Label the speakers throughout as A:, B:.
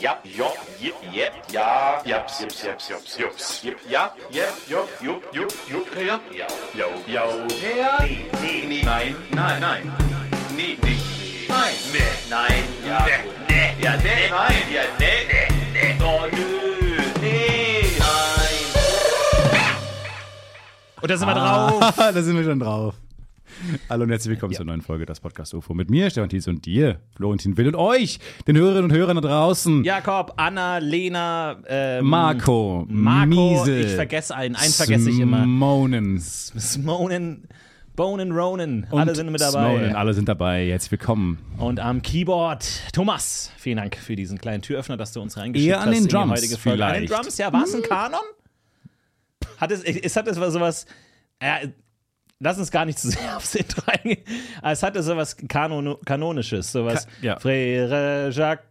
A: Jap, jop, jip, jep, ja, japs, jips, japs, japs, jups, jip, jap, jep, jop, jup, jup, jup, ja, ja, ja, ja, ja, nee, nee, nee, nein, nein, nein, nee, nee, nein, nee, nein, ja, nee, ja, nee, nein, ja, nee, nee, nee, oh, nö, nee, nein.
B: Und da sind wir Ah, drauf.
C: da sind wir schon drauf. Hallo und herzlich willkommen zur neuen Folge des Podcast UFO mit mir, Stefan Thies und dir, Florentin Will und euch, den Hörerinnen und Hörern da draußen.
B: Jakob, Anna, Lena, ähm,
C: Marco,
B: Marco,
C: Miese,
B: ich vergesse einen, einen vergesse ich immer.
C: Smonen.
B: Smonen, Bonen, Ronan, alle
C: Und
B: sind mit dabei.
C: Smonen, alle sind dabei. Herzlich willkommen.
B: Und am Keyboard Thomas, vielen Dank für diesen kleinen Türöffner, dass du uns reingeschickt
C: Eher
B: hast
C: an den
B: in die
C: Drums
B: heutige Folge. An den
C: vielleicht.
B: Drums, ja, war es ein Kanon? Hat es, es hatte sowas, ja, lass uns gar nicht zu sehr aufs Intro eingehen, aber es hatte sowas Kanon, Kanonisches, sowas
C: Ka- ja.
B: Frère Jacques,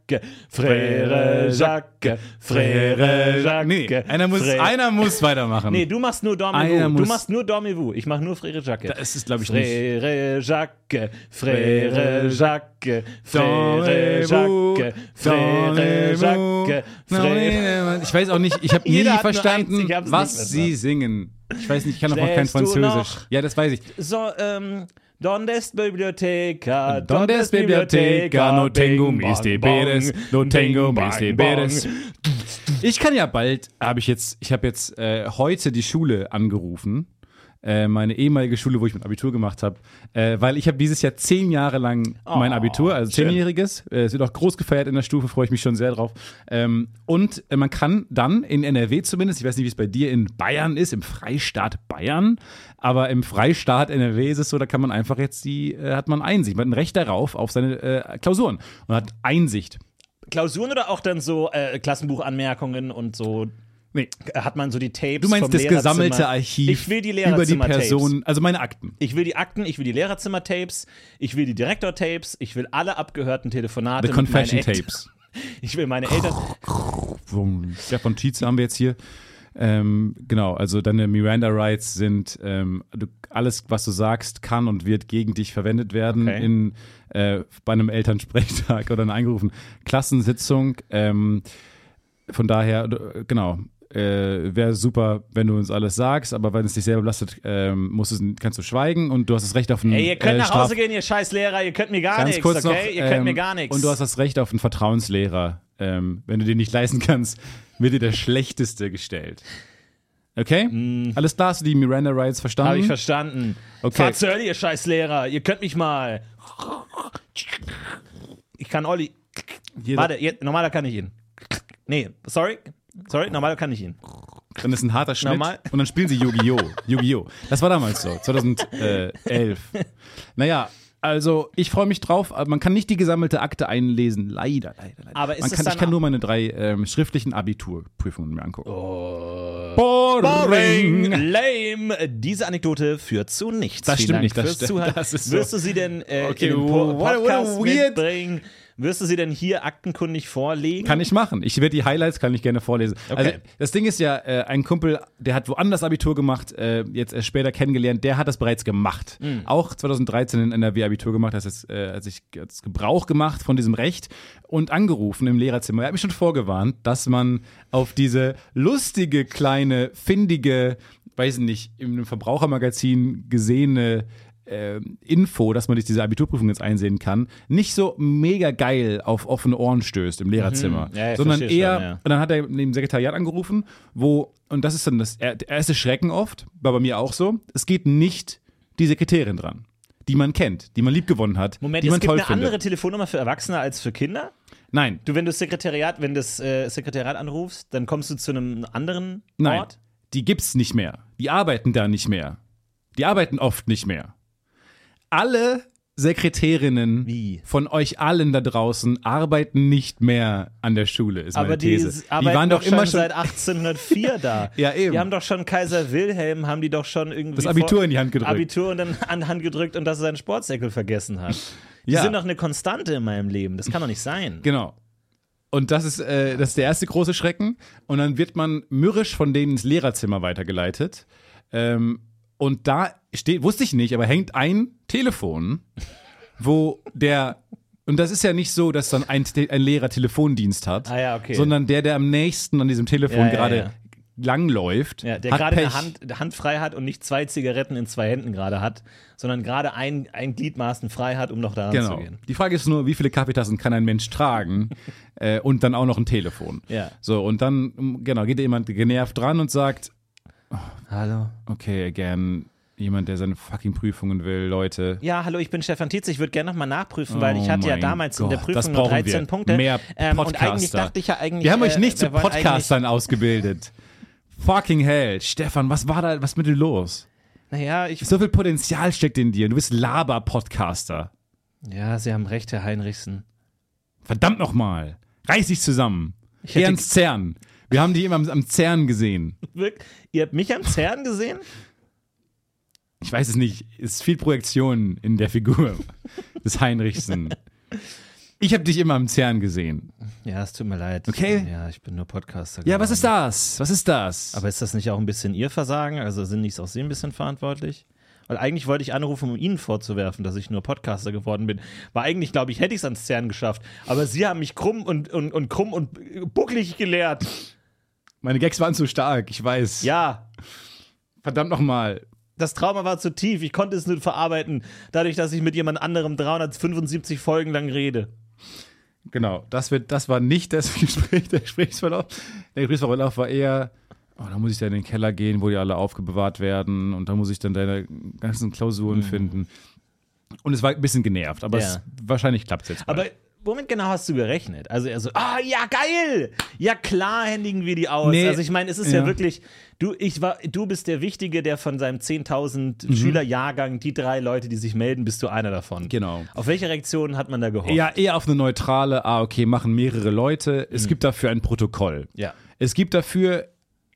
B: Frère Jacques, Frère Jacques.
C: Nee, einer muss,
B: Frère-
C: einer muss weitermachen.
B: Nee, du machst nur
C: Einer
B: Dormivu. Du
C: Ah, muss-
B: machst nur Dormivu. Ich mach nur Frère Jacques.
C: Das ist, glaube ich, nicht.
B: Frère Jacques, Frère Jacques, Frère
C: Dornebo,
B: Jacques, Frère
C: Dornebo,
B: Jacques, Frère.
C: Dornebo. Ich weiß auch nicht, ich habe nie
B: Jeder hat nur eins,
C: verstanden,
B: ich hab's nicht
C: was
B: verstanden.
C: sie singen. Ich weiß nicht, ich kann auch noch kein
B: Schläfst du
C: Französisch.
B: noch?
C: Ja, das weiß ich.
B: So, ähm, Donde est biblioteca?
C: Donde est biblioteca? No tengo mis deberes. No tengo mis deberes. Ich kann ja bald, habe ich jetzt, ich habe jetzt äh, heute die Schule angerufen, äh, meine ehemalige Schule, wo ich mein Abitur gemacht habe, äh, weil ich habe dieses Jahr zehn Jahre lang mein Abitur, also
B: Oh, schön.
C: zehnjähriges. Äh, es wird auch groß gefeiert in der Stufe, freue ich mich schon sehr drauf. Ähm, und äh, man kann dann in NRW zumindest, ich weiß nicht, wie es bei dir in Bayern ist, im Freistaat Bayern, aber im Freistaat NRW ist es so, da kann man einfach jetzt die, äh, hat man Einsicht, man hat ein Recht darauf auf seine äh, Klausuren und hat Einsicht.
B: Klausuren oder auch dann so äh, Klassenbuchanmerkungen und so?
C: Nee.
B: Hat man so die Tapes?
C: Du meinst
B: vom
C: das gesammelte
B: Lehrerzimmer?
C: Archiv
B: Ich will die
C: über die
B: Lehrerzimmer-Tapes.
C: Person, also meine Akten.
B: Ich will die Akten, ich will die Lehrerzimmer-Tapes, ich will die Direktor-Tapes, ich will alle abgehörten Telefonate.
C: The
B: mit meinen
C: Confession
B: Eltern.
C: Tapes.
B: Ich will meine Eltern.
C: Ja, von Tietze haben wir jetzt hier. Ähm, genau, also deine Miranda Rights sind, ähm, du, alles, was du sagst, kann und wird gegen dich verwendet werden
B: Okay.
C: in, äh, bei einem Elternsprechtag oder einer eingerufenen Klassensitzung. Ähm, von daher, d- genau, äh, wäre super, wenn du uns alles sagst, aber wenn es dich selber belastet, ähm, musst du, kannst du schweigen und du hast das Recht auf einen
B: Ey, ihr könnt
C: äh,
B: nach Hause
C: Straf-
B: gehen, ihr scheiß Lehrer, ihr könnt mir gar
C: Ganz
B: nichts,
C: kurz
B: okay?
C: noch,
B: ihr könnt
C: ähm,
B: mir gar nichts.
C: Und du hast das Recht auf einen Vertrauenslehrer. Ähm, wenn du den nicht leisten kannst, wird dir der Schlechteste gestellt. Okay? Alles klar, hast du die Miranda Rights verstanden?
B: Habe Mm. ich verstanden.
C: Mhm. Okay.
B: Fahrt zur Hölle, ihr scheiß Lehrer, ihr könnt mich mal. Ich kann Olli.
C: Hier-
B: Warte, jetzt, normaler kann ich ihn. Nee, sorry. Sorry, normaler kann ich ihn.
C: Dann ist ein harter Schnitt.
B: Normal.
C: Und dann spielen sie Yu-Gi-Oh! Yu-Gi-Oh! Das war damals so, 2011. naja, also ich freue mich drauf. aber Man kann nicht die gesammelte Akte einlesen. Leider, leider, leider.
B: Aber ist
C: man
B: es
C: kann,
B: dann
C: ich kann
B: auch-
C: nur meine drei ähm, schriftlichen Abiturprüfungen mir angucken.
B: Oh. Boring! Lame! Diese Anekdote führt zu nichts.
C: Das
B: Vielen
C: stimmt
B: Dank
C: nicht, das
B: fürs
C: stimmt-
B: Zuhören.
C: das ist so.
B: Wirst du sie denn äh,
C: Okay,
B: in den po
C: what a- what a
B: Podcast
C: weird-
B: mitbringen? Wirst du sie denn hier aktenkundig vorlegen?
C: Kann ich machen. Ich werde die Highlights kann ich gerne vorlesen. Also das Ding ist ja, äh, ein Kumpel, der hat woanders Abitur gemacht, äh, jetzt erst später kennengelernt, der hat das bereits gemacht.
B: Mhm.
C: Auch 2013 in NRW Abitur gemacht, das ist, äh, hat sich jetzt Gebrauch gemacht von diesem Recht und angerufen im Lehrerzimmer. Er hat mich schon vorgewarnt, dass man auf diese lustige, kleine, findige, weiß nicht, im Verbrauchermagazin gesehene ähm, Info, dass man sich diese Abiturprüfung jetzt einsehen kann, nicht so mega geil auf offene Ohren stößt im Lehrerzimmer,
B: Mhm. Ja, ja,
C: sondern
B: verstehe
C: eher,
B: schon, ja.
C: und dann hat er neben dem Sekretariat angerufen, wo, und das ist dann das er- der erste Schrecken oft, war bei mir auch so, es geht nicht die Sekretärin dran, die man kennt, die man liebgewonnen hat,
B: Moment,
C: die
B: es
C: man
B: gibt
C: toll
B: eine
C: findet.
B: andere Telefonnummer für Erwachsene als für Kinder?
C: Nein,
B: Du, wenn du das Sekretariat, wenn das äh, Sekretariat anrufst, dann kommst du zu einem anderen
C: nein,
B: Ort?
C: die gibt's nicht mehr. Die arbeiten da nicht mehr. Die arbeiten oft nicht mehr. Alle Sekretärinnen
B: Wie?
C: von euch allen da draußen arbeiten nicht mehr an der Schule, ist
B: Aber
C: meine
B: die,
C: These.
B: s- arbeiten
C: waren doch
B: schon
C: immer schon
B: seit 1804 da.
C: Ja, eben.
B: Die haben doch schon Kaiser Wilhelm, haben die doch schon irgendwie.
C: Das Abitur
B: vor-
C: in die Hand gedrückt.
B: Abitur und dann an die Hand gedrückt und dass er seinen Sportsäckel vergessen hat. Die
C: Ja.
B: sind doch eine Konstante in meinem Leben. Das kann doch nicht sein.
C: Genau. Und das ist, äh, das ist der erste große Schrecken. Und dann wird man mürrisch von denen ins Lehrerzimmer weitergeleitet. Ähm, und da steht, wusste ich nicht, aber hängt ein Telefon, wo der Und das ist ja nicht so, dass dann ein, Te- ein Lehrer Telefondienst hat,
B: Ah ja, okay.
C: sondern der, der am nächsten an diesem Telefon
B: Ja, ja,
C: gerade
B: ja.
C: langläuft,
B: Ja, der
C: hat
B: gerade eine
C: Pech.
B: Hand, Hand frei hat und nicht zwei Zigaretten in zwei Händen gerade hat, sondern gerade ein, ein Gliedmaßen frei hat, um noch daran zu
C: Genau.
B: gehen.
C: Die Frage ist nur, wie viele Kaffeetassen kann ein Mensch tragen äh, und dann auch noch ein Telefon.
B: Ja.
C: So, und dann, mm, genau, geht jemand genervt dran und sagt,
B: Hallo.
C: okay, again, jemand, der seine fucking Prüfungen will, Leute.
B: Ja, hallo, ich bin Stefan Tietz. Ich würde gerne nochmal nachprüfen, weil
C: Oh
B: ich hatte ja
C: mein
B: damals in der
C: Gott, das
B: Prüfung nur
C: brauchen wir.
B: 13 Punkte. Ähm,
C: Mehr
B: und eigentlich
C: Podcaster.
B: dachte ich ja eigentlich.
C: Wir haben euch
B: äh,
C: nicht zu
B: wir wollen eigentlich-
C: Podcastern ausgebildet. Fucking hell. Stefan, was war da, was ist mit dir los?
B: Naja, ich.
C: So viel Potenzial steckt in dir. Du bist Laber-Podcaster.
B: Ja, Sie haben recht, Herr Heinrichsen.
C: Verdammt nochmal. Reiß dich zusammen. Geh
B: hätte-
C: ans Zern. Wir haben die immer am, am Zern gesehen.
B: Wirk- Ihr habt mich am Zern gesehen?
C: Ich weiß es nicht. Es ist viel Projektion in der Figur des Heinrichsen. Ich habe dich immer am Zern gesehen.
B: Ja, es tut mir leid.
C: Okay.
B: Ja, ich bin nur Podcaster.
C: Ja, was
B: geworden.
C: ist das? Was ist das?
B: Aber ist das nicht auch ein bisschen Ihr Versagen? Also sind nicht auch Sie ein bisschen verantwortlich? Weil eigentlich wollte ich anrufen, um Ihnen vorzuwerfen, dass ich nur Podcaster geworden bin. Weil eigentlich, glaube ich, hätte ich es ans CERN geschafft. Aber Sie haben mich krumm und, und, und krumm und bucklig gelehrt.
C: Meine Gags waren zu stark, ich weiß.
B: Ja,
C: Verdammt nochmal.
B: das Trauma war zu tief. Ich konnte es nur verarbeiten, dadurch, dass ich mit jemand anderem 375 Folgen lang rede.
C: Genau, das, wird, das war nicht das Gespräch, der Gesprächsverlauf. Der Gesprächsverlauf war eher, oh, da muss ich dann in den Keller gehen, wo die alle aufbewahrt werden und da muss ich dann deine ganzen Klausuren finden. Und es war ein bisschen genervt, aber
B: Ja.
C: es, wahrscheinlich klappt es jetzt. bald.
B: Aber womit genau hast du gerechnet? Also er so, ah ja, geil! Ja klar händigen wir die aus.
C: Nee,
B: also ich meine, es ist ja.
C: ja.
B: wirklich, du, ich war, du bist der Wichtige, der von seinem 10.000
C: Mhm.
B: Schülerjahrgang, die drei Leute, die sich melden, bist du einer davon.
C: Genau.
B: Auf welche Reaktion hat man da gehofft?
C: ja, eher auf eine neutrale, ah, okay, machen mehrere Leute. Es gibt dafür ein Protokoll.
B: Ja.
C: Es gibt dafür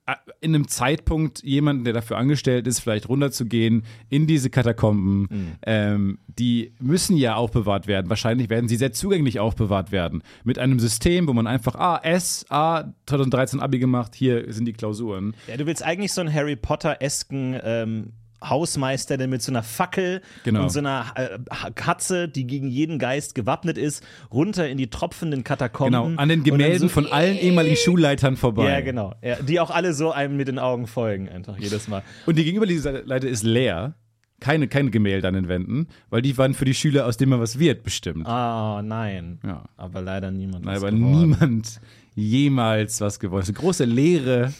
C: äh, in einem Zeitpunkt jemanden, der dafür angestellt ist, vielleicht runterzugehen in diese Katakomben.
B: Mhm.
C: Ähm, die müssen ja aufbewahrt werden. Wahrscheinlich werden sie sehr zugänglich aufbewahrt werden. Mit einem System, wo man einfach, ah, S, A, 2013 Abi gemacht, hier sind die Klausuren.
B: Ja, du willst eigentlich so einen Harry Potter-esken ähm, Hausmeister, der mit so einer Fackel
C: Genau.
B: und so einer äh, Katze, die gegen jeden Geist gewappnet ist, runter in die tropfenden Katakomben.
C: Genau, an den
B: Mhm. und dann
C: Gemälden
B: so,
C: von allen ehemaligen Schulleitern vorbei.
B: Ja, genau. Ja, die auch alle so einem mit den Augen folgen, einfach jedes Mal.
C: Und die gegenüberliegende Seite ist leer. Keine, keine Gemälde an den Wänden, weil die waren für die Schüler, aus denen man was wird, bestimmt.
B: Ah, nein.
C: Ja.
B: Aber leider niemand. ist
C: Aber
B: geworden.
C: niemand jemals was gewollt. Eine große leere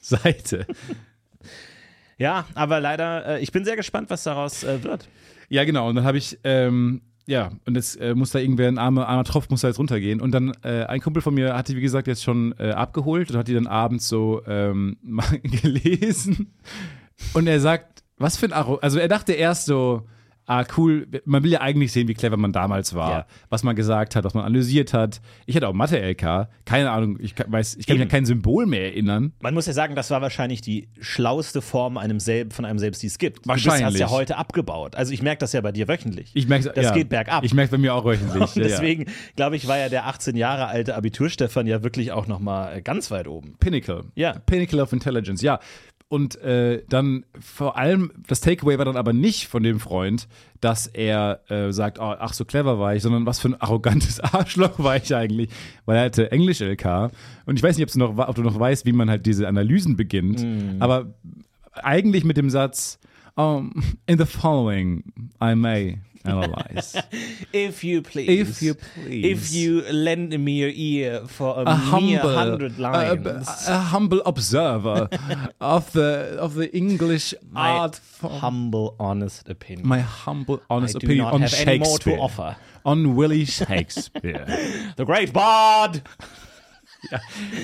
C: Seite.
B: Ja, aber leider, äh, ich bin sehr gespannt, was daraus äh, wird.
C: ja, genau. Und dann habe ich, ähm, ja, und jetzt äh, muss da irgendwer ein armer, armer Tropf muss da jetzt runtergehen. Und dann äh, ein Kumpel von mir hat die, wie gesagt, jetzt schon äh, abgeholt und hat die dann abends so ähm, mal gelesen. Und er sagt, was für ein Arro. Also er dachte erst so, ah cool, man will ja eigentlich sehen, wie clever man damals war,
B: Ja.
C: was man gesagt hat, was man analysiert hat. Ich hatte auch Mathe-LK, keine Ahnung, ich kann, weiß, ich kann mich
B: Eben.
C: an kein Symbol mehr erinnern.
B: Man muss ja sagen, das war wahrscheinlich die schlauste Form einem selb, von einem selbst, die es gibt. Du bist, hast
C: Wahrscheinlich.
B: ja heute abgebaut. Also ich merke das ja bei dir wöchentlich.
C: Ich merk's,
B: Das
C: ja.
B: geht bergab.
C: Ich merke bei mir auch wöchentlich.
B: Und
C: ja, ja.
B: deswegen, glaube ich, war ja der 18 Jahre alte Abitur-Stefan ja wirklich auch nochmal ganz weit oben.
C: Pinnacle.
B: Ja.
C: Pinnacle of Intelligence, ja. Und äh, dann vor allem, das Takeaway war dann aber nicht von dem Freund, dass er äh, sagt, oh, ach, so clever war ich, sondern was für ein arrogantes Arschloch war ich eigentlich, weil er hatte Englisch-LK. Und ich weiß nicht, ob du, noch, ob du noch weißt, wie man halt diese Analysen beginnt,
B: Mm.
C: aber eigentlich mit dem Satz, um, in the following I may analyze.
B: If you please.
C: If you please.
B: If you lend me your ear for a,
C: a
B: mere
C: humble,
B: hundred lines.
C: A, a humble observer of the of the English
B: My
C: art form.
B: humble, honest opinion.
C: my humble honest
B: I do
C: opinion
B: not
C: on
B: have any more to
C: Shakespeare,
B: offer.
C: on Willie Shakespeare.
B: The Great Bard!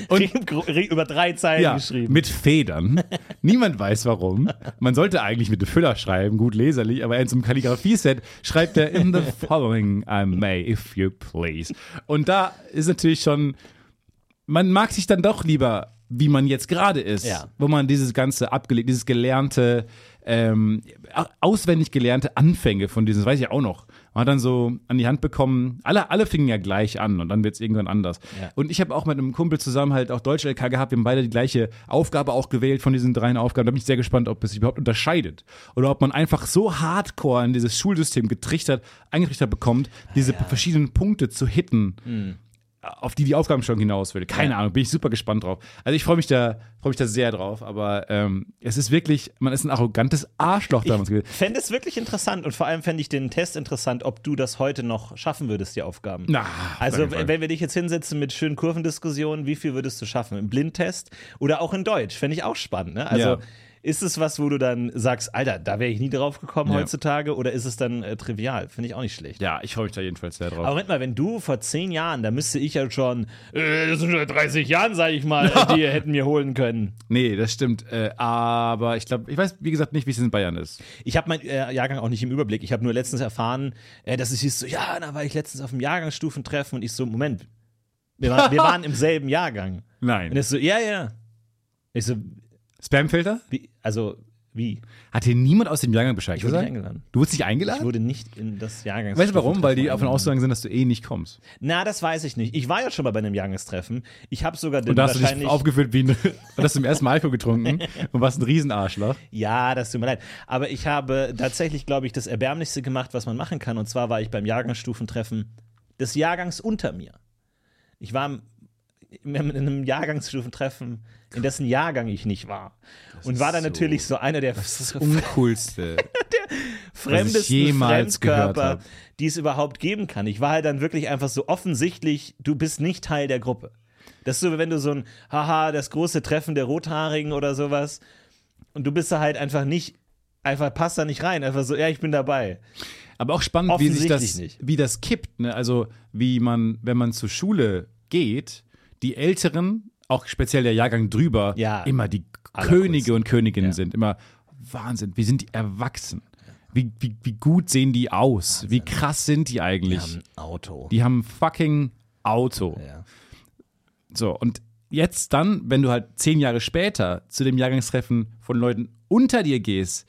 C: Und-
B: über drei Zeilen
C: ja,
B: geschrieben.
C: mit Federn. Niemand weiß warum. Man sollte eigentlich mit dem Füller schreiben, gut leserlich, aber in so einem Kalligrafie-Set schreibt er in the following I may, if you please. Und da ist natürlich schon, man mag sich dann doch lieber, wie man jetzt gerade ist,
B: Ja.
C: wo man dieses ganze abgelegt, dieses gelernte, ähm, auswendig gelernte Anfänge von diesen, das weiß ich auch noch, und hat dann so an die Hand bekommen, alle, alle fingen ja gleich an und dann wird es irgendwann anders.
B: Ja.
C: Und ich habe auch mit einem Kumpel zusammen halt auch Deutsch LK gehabt, wir haben beide die gleiche Aufgabe auch gewählt von diesen dreien Aufgaben. Da bin ich sehr gespannt, ob es sich überhaupt unterscheidet oder ob man einfach so hardcore in dieses Schulsystem getrichtert, eingerichtet bekommt, diese verschiedenen Punkte zu hitten. Auf die die Aufgaben schon hinaus will. Keine Ahnung, bin ich super gespannt drauf. Also ich freue mich da, freue mich da sehr drauf, aber ähm, es ist wirklich, man ist ein arrogantes Arschloch damals gewesen.
B: Fände es wirklich interessant und vor allem fände ich den Test interessant, ob du das heute noch schaffen würdest, die Aufgaben.
C: Na,
B: also,
C: danke,
B: w- wenn wir dich jetzt hinsetzen mit schönen Kurvendiskussionen, wie viel würdest du schaffen? Im Blindtest oder auch in Deutsch? Fände ich auch spannend. Ne? Also,
C: Ja.
B: ist es was, wo du dann sagst, Alter, da wäre ich nie drauf gekommen
C: Ja.
B: heutzutage oder ist es dann äh, trivial? Finde ich auch nicht schlecht.
C: Ja, ich freue mich da jedenfalls sehr drauf.
B: Aber Moment mal, wenn du vor zehn Jahren, da müsste ich ja schon, äh, das sind schon 30 Jahren, sage ich mal, äh, die hätten mir holen können.
C: Nee, das stimmt. Äh, aber ich glaube, ich weiß, wie gesagt, nicht, wie es in Bayern ist.
B: Ich habe meinen äh, Jahrgang auch nicht im Überblick. Ich habe nur letztens erfahren, äh, dass es hieß so, ja, da war ich letztens auf dem Jahrgangsstufentreffen und ich so, Moment, wir, waren- wir waren im selben Jahrgang. Und
C: Nein.
B: er so, ja, ja. Ich so,
C: Spamfilter?
B: wie, also, wie?
C: Hat hier niemand aus dem Jahrgang Bescheid
B: Ich wurde nicht
C: gesagt?
B: eingeladen.
C: Du wurdest nicht
B: Ich
C: eingeladen?
B: wurde nicht in das Jahrgangs.
C: Weißt du warum? Weil die davon ausgegangen sind, dass du eh nicht kommst.
B: Na, das weiß ich nicht. Ich war ja schon mal bei einem Jahrgangstreffen. Ich habe sogar den
C: Und da hast du dich
B: wahrscheinlich.
C: aufgeführt wie ein. Und hast zum ersten Mal Alkohol getrunken und warst ein Riesenarschloch.
B: Ja, das tut mir leid. Aber ich habe tatsächlich, glaube ich, das Erbärmlichste gemacht, was man machen kann. Und zwar war ich beim Jahrgangsstufentreffen des Jahrgangs unter mir. Ich war im- in einem Jahrgangsstufentreffen, in dessen Jahrgang ich nicht war. und war dann
C: so-
B: natürlich so einer der
C: Uncoolste. was ich
B: fremdesten
C: jemals gehört
B: Fremdkörper,
C: habe.
B: die es überhaupt geben kann. Ich war halt dann wirklich einfach so offensichtlich, du bist nicht Teil der Gruppe. Das ist so, wenn du so ein, haha, das große Treffen der Rothaarigen oder sowas und du bist da halt einfach nicht, einfach passt da nicht rein, einfach so, ja, ich bin dabei.
C: Aber auch spannend, wie sich das,
B: Offensichtlich
C: wie das kippt. Ne? Also wie man, wenn man zur Schule geht, die Älteren, auch speziell der Jahrgang drüber,
B: Ja.
C: immer die
B: Allercoolsten.
C: Könige und Königinnen
B: Ja.
C: sind. Immer Wahnsinn, wie sind die erwachsen? Wie, wie, wie gut sehen die aus? Wie krass sind die eigentlich?
B: Auto.
C: Die haben ein fucking Auto.
B: Ja.
C: So, und jetzt dann, wenn du halt zehn Jahre später zu dem Jahrgangstreffen von Leuten unter dir gehst,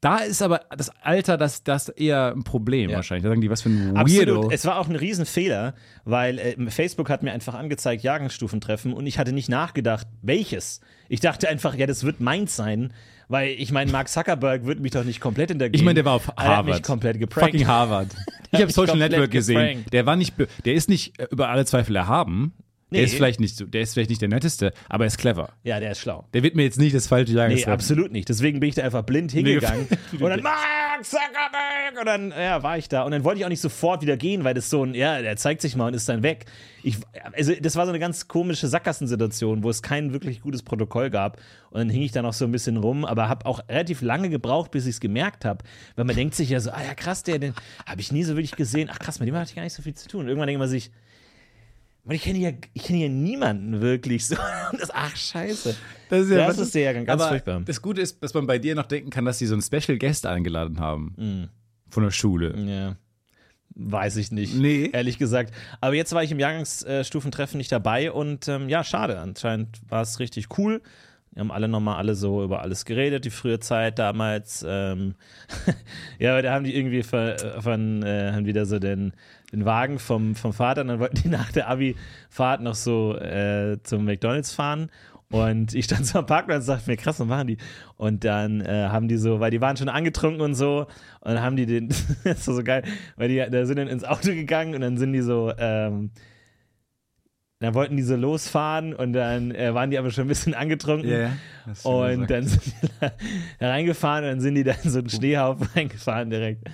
C: da ist aber das Alter das, das eher ein Problem
B: Ja.
C: wahrscheinlich. Da sagen die, was für ein
B: Absolut.
C: Weirdo.
B: Es war auch ein Riesenfehler, weil äh, Facebook hat mir einfach angezeigt, Jahrgangsstufentreffen und ich hatte nicht nachgedacht, welches. Ich dachte einfach, ja, das wird meins sein, weil ich meine, Mark Zuckerberg wird mich doch nicht komplett hintergehen.
C: Ich meine, der war auf
B: Er hat
C: Harvard.
B: mich komplett geprankt.
C: Fucking Harvard. Ich habe
B: mich
C: Social
B: komplett
C: Network gesehen.
B: geprankt.
C: Der war nicht, be- der ist nicht äh, über alle Zweifel erhaben.
B: Nee.
C: Der ist vielleicht nicht, so- der ist vielleicht nicht der netteste, aber er ist clever.
B: Ja, der ist schlau.
C: Der wird mir jetzt nicht das falsche
B: Nee,
C: Jahrgangstreffen.
B: absolut nicht. Deswegen bin ich da einfach blind hingegangen. und dann Mark Zuckerberg! Und dann ja, war ich da. Und dann wollte ich auch nicht sofort wieder gehen, weil das so ein, ja, der zeigt sich mal und ist dann weg. Ich, also, das war so eine ganz komische Sackgassensituation, wo es kein wirklich gutes Protokoll gab. Und dann hing ich da noch so ein bisschen rum, aber habe auch relativ lange gebraucht, bis ich es gemerkt habe. Weil man denkt sich ja so, ah ja, krass, der, den habe ich nie so wirklich gesehen. Ach krass, mit dem hatte ich gar nicht so viel zu tun. Und irgendwann denkt man sich, Mann, ich kenne ja, ich kenne ja niemanden wirklich so. Und das, ach, scheiße.
C: Das ist, ja,
B: das ist der Jahrgang, ganz
C: aber
B: furchtbar.
C: Das Gute ist, dass man bei dir noch denken kann, dass sie so einen Special Guest eingeladen haben.
B: Mhm.
C: Von der Schule.
B: Ja. Weiß ich nicht.
C: Nee.
B: Ehrlich gesagt. Aber jetzt war ich im Jahrgangsstufentreffen nicht dabei und ähm, ja, schade. Anscheinend war es richtig cool. Wir haben alle nochmal alle so über alles geredet, die frühe Zeit damals. Ähm, ja, aber da haben die irgendwie ver, äh, von, äh, haben wieder so den, den Wagen vom, vom Vater und dann wollten die nach der Abi-Fahrt noch so äh, zum McDonalds fahren. Und ich stand so am Parkplatz und dachte mir, krass, was machen die? Und dann äh, haben die so, weil die waren schon angetrunken und so, und dann haben die den, das war so geil, weil die da sind dann ins Auto gegangen und dann sind die so, ähm, dann wollten die so losfahren und dann äh, waren die aber schon ein bisschen angetrunken. Und dann sind die da da reingefahren und dann sind die da in so einen Schneehaufen reingefahren direkt.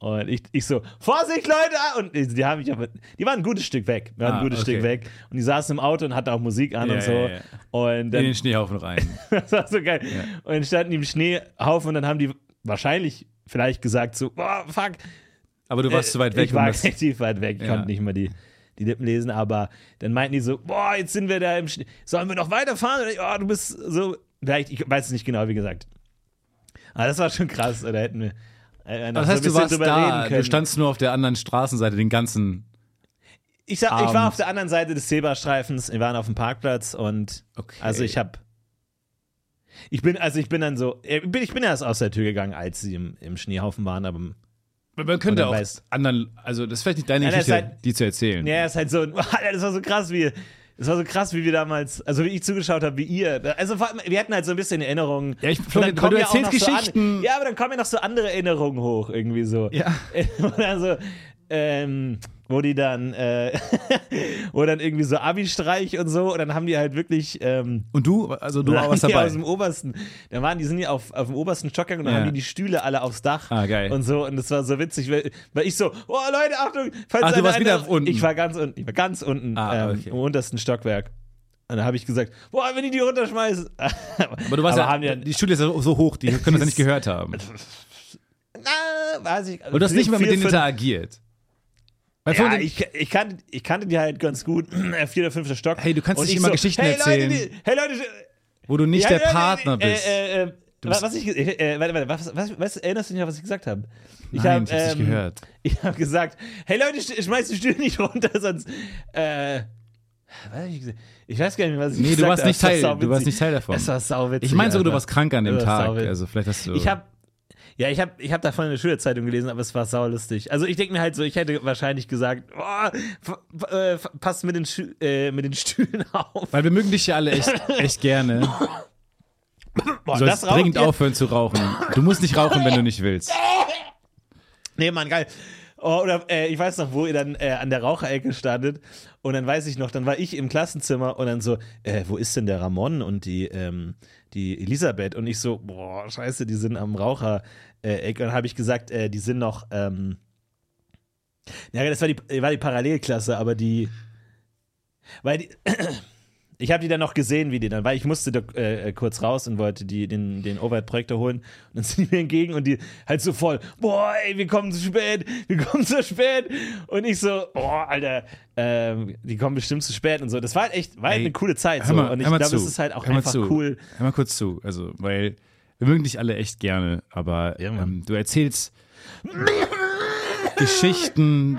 B: Und ich, ich so, Vorsicht, Leute! Und die haben mich aber, die waren ein gutes Stück weg. Wir waren
C: Ah,
B: ein gutes
C: okay.
B: Stück weg. Und die saßen im Auto und hatten auch Musik an
C: Ja,
B: und so.
C: ja, ja.
B: Und
C: in
B: dann,
C: den Schneehaufen rein.
B: das war so geil. Und dann standen die im Schneehaufen und dann haben die wahrscheinlich vielleicht gesagt so, boah, fuck.
C: Aber du warst zu weit weg.
B: Äh, Ich war
C: um das-
B: relativ weit weg, ich
C: Ja.
B: konnte nicht mal die, die Lippen lesen, aber dann meinten die so, boah, jetzt sind wir da im Schnee. Sollen wir noch weiterfahren? Und ich, oh, du bist so, vielleicht, ich weiß es nicht genau, wie gesagt. Aber das war schon krass, da hätten wir äh, noch
C: das heißt,
B: so ein
C: du
B: bisschen
C: warst
B: drüber
C: da.
B: reden können.
C: Du standst nur auf der anderen Straßenseite den ganzen.
B: ich, sag, ich war
C: abends.
B: auf der anderen Seite des Zebrastreifens, wir waren auf dem Parkplatz und
C: Okay.
B: also ich habe äh, ich bin, also ich bin dann so, ich bin, ich bin erst aus der Tür gegangen, als sie im, im Schneehaufen waren, aber
C: Man könnte
B: Oder
C: auch
B: weiß-
C: anderen, also das ist vielleicht nicht deine
B: Nein, das
C: Geschichte,
B: ist halt-
C: die zu erzählen.
B: Ja, ist halt so, das war so krass, wie, das war so krass, wie wir damals, also wie ich zugeschaut habe, wie ihr. Also vor allem, wir hatten halt so ein bisschen Erinnerungen.
C: Ja, ich-
B: Und
C: Florian,
B: kommen
C: du
B: ja auch noch
C: erzählst
B: so an-
C: Geschichten.
B: ja, aber dann kommen ja noch so andere Erinnerungen hoch, irgendwie so.
C: Ja.
B: Und dann so, ähm, wo die dann, äh, wo dann irgendwie so Abi-Streich und so, und dann haben die halt wirklich, ähm,
C: Und du, also du auch was
B: die
C: dabei.
B: aus dem obersten. Da waren die sind ja auf, auf dem obersten Stockgang und dann
C: Ja.
B: haben die die Stühle alle aufs Dach.
C: Ah, geil.
B: Und so und das war so witzig, weil, weil ich so, oh Leute, Achtung, falls
C: Ach, du
B: einer-
C: warst wieder
B: einer-
C: unten.
B: Ich war ganz unten, ich war ganz unten
C: Ah,
B: ähm,
C: okay.
B: im untersten Stockwerk. Und da habe ich gesagt, boah, wenn ich die Ah, runterschmeiße.
C: Aber du warst
B: Aber
C: ja,
B: haben die dann-
C: die Schule ist ja so hoch, die können das ja nicht gehört haben.
B: Na, weiß ich.
C: Und du hast nicht mehr mit denen
B: vier, fünf-
C: interagiert. Weil
B: Ja,
C: Florian-
B: ich, ich, kannte, ich kannte die halt ganz gut, vier oder fünfter Stock.
C: Hey, du kannst
B: Und
C: nicht
B: ich
C: immer Geschichten
B: hey,
C: erzählen."
B: Leute, die, hey Leute,
C: wo du nicht
B: Ja,
C: der
B: ja, ja,
C: Partner
B: äh,
C: bist.
B: Äh, äh,
C: bist-
B: was ich, ge- äh, warte, warte, was, was, was, erinnerst du dich noch, was ich gesagt habe? Ich
C: Nein,
B: hab, ähm,
C: ich hab's nicht gehört.
B: Ich habe gesagt, hey Leute, sch- schmeißt die Stühle nicht runter, sonst. Äh, was hab ich, gesagt? ich weiß gar nicht, mehr, was ich
C: Nee, du
B: gesagt
C: warst
B: habe.
C: nicht
B: Es war
C: Teil-
B: sauwitzig.
C: du warst nicht Teil davon.
B: Es war sauwitzig.
C: ich meine sogar, du
B: Alter.
C: warst krank an dem
B: Das ist
C: Tag.
B: sauwitzig.
C: Also vielleicht hast du.
B: Ich habe ja, ich habe ich hab davon in der Schülerzeitung gelesen, aber es war saulustig. Also ich denke mir halt so, ich hätte wahrscheinlich gesagt, boah, f- f- äh, f- passt mit den, Schü- äh, mit den Stühlen auf.
C: Weil wir mögen dich ja alle echt, echt gerne. Du
B: Boah,
C: sollst
B: raucht
C: dringend
B: ihr?
C: aufhören zu rauchen. Du musst nicht rauchen, wenn du nicht willst.
B: Nee, Mann, geil. Oh, oder äh, ich weiß noch, wo ihr dann äh, an der Raucherecke standet. Und dann weiß ich noch, dann war ich im Klassenzimmer und dann so, äh, wo ist denn der Ramon und die, ähm, die Elisabeth? Und ich so, boah, scheiße, die sind am Rauchereck. Äh, Eck. und dann habe ich gesagt, äh, die sind noch. Ähm, ja, das war die, war die Parallelklasse, aber die. Weil die. Ich habe die dann noch gesehen, wie die dann, weil ich musste da, äh, kurz raus und wollte die, den, den Overhead-Projektor holen. Und dann sind die mir entgegen und die halt so voll, boah, ey, wir kommen zu spät, wir kommen zu spät. Und ich so, boah, Alter, ähm, die kommen bestimmt zu spät und so. Das war halt echt, war halt
C: Ey,
B: eine coole Zeit.
C: Hör
B: So.
C: mal,
B: und ich
C: hör mal
B: glaube, es
C: zu.
B: ist halt auch
C: hör mal
B: einfach
C: zu.
B: cool.
C: Hör mal kurz zu. Also, weil wir mögen dich alle echt gerne, aber
B: Ja, Mann.
C: ähm, du erzählst Geschichten,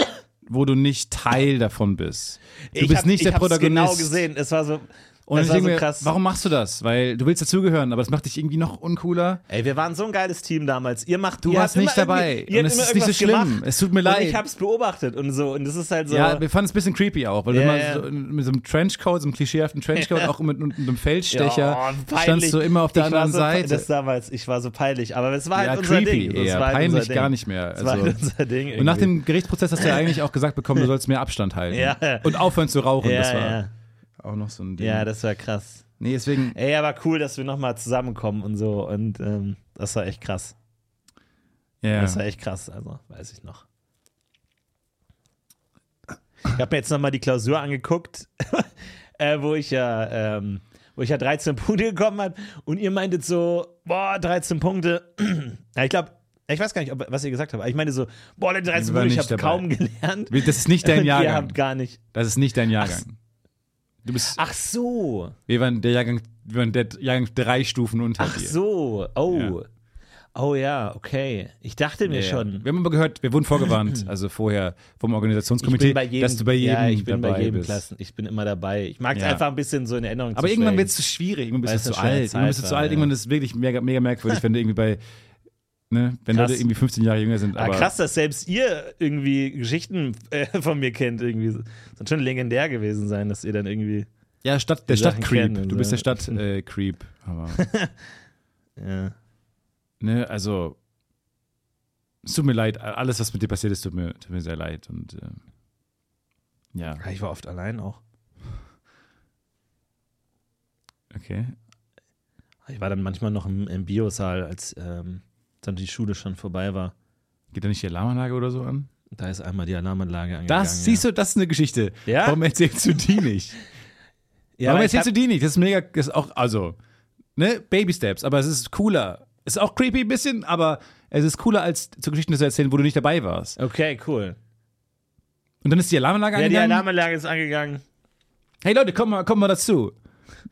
C: wo du nicht Teil davon bist. Du
B: ich
C: bist
B: hab,
C: nicht
B: ich
C: der
B: hab's
C: Protagonist.
B: genau gesehen. Es war so,
C: Und
B: das
C: ich denke
B: war so
C: mir,
B: krass.
C: warum machst du das? Weil du willst dazugehören, aber das macht dich irgendwie noch uncooler.
B: Ey, wir waren so ein geiles Team damals. Ihr macht,
C: Du
B: ihr
C: warst
B: habt
C: nicht
B: immer
C: dabei.
B: irgendwie- Ihr
C: Und
B: habt
C: es
B: immer
C: ist nicht so
B: irgendwas
C: schlimm.
B: Gemacht.
C: Es tut mir leid.
B: Und ich hab's beobachtet und so. Und das ist halt so.
C: Ja, wir fanden es ein bisschen creepy auch, weil
B: Ja,
C: du
B: ja.
C: immer so, in- mit so einem Trenchcoat, so einem klischeehaften Trenchcoat, auch mit, mit einem
B: Ja,
C: Feldstecher,
B: peinlich.
C: standst du immer auf der
B: Ich war
C: anderen
B: so, Das
C: Seite.
B: damals, ich war so peinlich, aber es war halt
C: Ja,
B: unser
C: creepy
B: Ding. Das
C: eher,
B: war halt
C: peinlich
B: unser Ding.
C: gar nicht mehr.
B: Das war
C: Also-
B: halt unser Ding. Irgendwie.
C: Und nach dem Gerichtsprozess hast du ja eigentlich auch gesagt bekommen, du sollst mehr Abstand halten.
B: Ja, ja.
C: Und aufhören zu rauchen.
B: ja,
C: das war
B: ja.
C: auch noch so ein Ding.
B: ja, das war krass.
C: nee, deswegen,
B: Ey, aber cool, dass wir nochmal zusammenkommen und so. Und ähm, das war echt krass.
C: ja.
B: Das war echt krass, also weiß ich noch. Ich habe mir jetzt nochmal die Klausur angeguckt, äh, wo ich ja, ähm, wo ich ja 13 Punkte bekommen habe und ihr meintet so, boah, 13 Punkte. ja, ich glaube, ich weiß gar nicht, ob, was ihr gesagt habt, aber ich meinte so, boah, Leute, 13
C: Wir waren
B: Punkte, ich
C: nicht dabei.
B: habe kaum gelernt.
C: Das ist nicht
B: Und
C: dein
B: Ihr
C: Jahrgang.
B: habt gar nicht.
C: Das ist nicht dein Jahrgang. Du bist,
B: Ach so,
C: wir waren der Jahrgang, wir waren der Jahrgang drei Stufen unter
B: ach
C: dir.
B: so, oh. Oh ja, okay. Ich dachte mir
C: Ja, ja.
B: schon.
C: Wir haben aber gehört, wir wurden vorgewarnt, also vorher vom Organisationskomitee,
B: ich bin bei jedem,
C: dass du bei jedem
B: ja, ich bin
C: dabei
B: bei jedem
C: bist.
B: Klassen. Ich bin immer dabei. Ich mag es
C: Ja.
B: einfach ein bisschen so in Erinnerung
C: Aber
B: zu
C: irgendwann
B: schwelgen.
C: wird es zu schwierig, irgendwann
B: Weil es
C: bist du zu
B: eine schwere
C: alt, irgendwann bist du
B: Zeit
C: zu
B: war,
C: alt,
B: ja.
C: irgendwann ist es wirklich mega, mega merkwürdig, wenn du irgendwie bei, ne, wenn
B: Krass.
C: Leute irgendwie 15 Jahre jünger sind.
B: aber
C: Aber
B: Ah, krass, dass selbst ihr irgendwie Geschichten äh, von mir kennt irgendwie. Das wird schon legendär gewesen sein, dass ihr dann irgendwie
C: Ja, Stadt, der
B: Sachen
C: Stadt-Creep.
B: kennen, ne? Hm.
C: Du bist
B: so.
C: der Stadt-Creep. aber,
B: ja.
C: ne, also, es tut mir leid, alles, was mit dir passiert ist, tut mir, tut mir sehr leid. Und, äh, ja,
B: Ich war oft allein auch.
C: okay.
B: Ich war dann manchmal noch im, im Biosaal, als ähm, dann die Schule schon vorbei war.
C: Geht da nicht die Alarmanlage oder so an?
B: Da ist einmal die Alarmanlage angegangen.
C: Das, siehst du, das ist eine Geschichte.
B: Ja?
C: Warum erzählst du die nicht?
B: du, ja,
C: Warum
B: aber ich
C: erzählst
B: hab,
C: du die nicht? Das ist mega, das ist auch, also, ne, Baby Steps, aber es ist cooler. Ist auch creepy ein bisschen, aber es ist cooler, als zu Geschichten zu erzählen, wo du nicht dabei warst.
B: Okay, cool.
C: Und dann ist die Alarmanlage
B: Ja, die
C: angegangen.
B: Alarmanlage ist angegangen.
C: hey Leute, kommt mal, kommt mal dazu.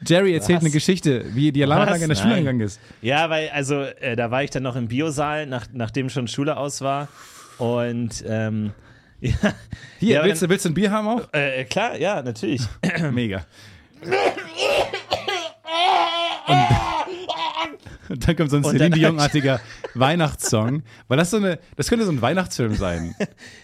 C: Jerry erzählt
B: Was?
C: eine Geschichte, wie die Alarmanlage
B: Was?
C: in der Schule
B: Nein.
C: angegangen ist.
B: Ja, weil, also, äh, da war ich dann noch im Biosaal, nach, nachdem schon Schule aus war. Und, ähm, ja,
C: Hier,
B: Ja, aber
C: willst, du, willst du ein Bier haben auch?
B: äh, klar, ja, natürlich.
C: Mega. Und dann kommt so ein
B: Und
C: Celine
B: dann-
C: Dion-artiger Weihnachtssong. Weil das so eine, das könnte so ein Weihnachtsfilm sein.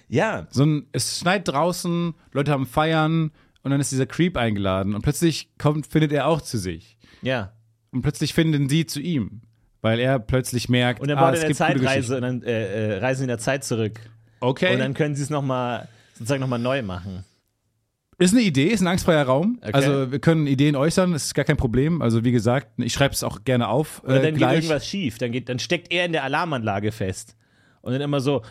B: Ja,
C: So ein, es schneit draußen, Leute haben Feiern und dann ist dieser Creep eingeladen und plötzlich kommt, findet er auch zu sich.
B: ja.
C: Und plötzlich finden sie zu ihm. Weil er plötzlich merkt,
B: Und dann
C: ah,
B: baut
C: es
B: er eine
C: gibt gute
B: Zeitreise und dann äh, äh, reisen sie in der Zeit zurück.
C: Geschichten. Okay.
B: Und dann können sie es nochmal, sozusagen nochmal neu machen.
C: Ist eine Idee, ist ein angstfreier Raum.
B: Okay.
C: Also wir können Ideen äußern, ist gar kein Problem. Also wie gesagt, ich schreibe es auch gerne auf.
B: Oder
C: äh,
B: dann
C: gleich.
B: geht irgendwas schief. Dann, geht, dann steckt er in der Alarmanlage fest. Und dann immer so,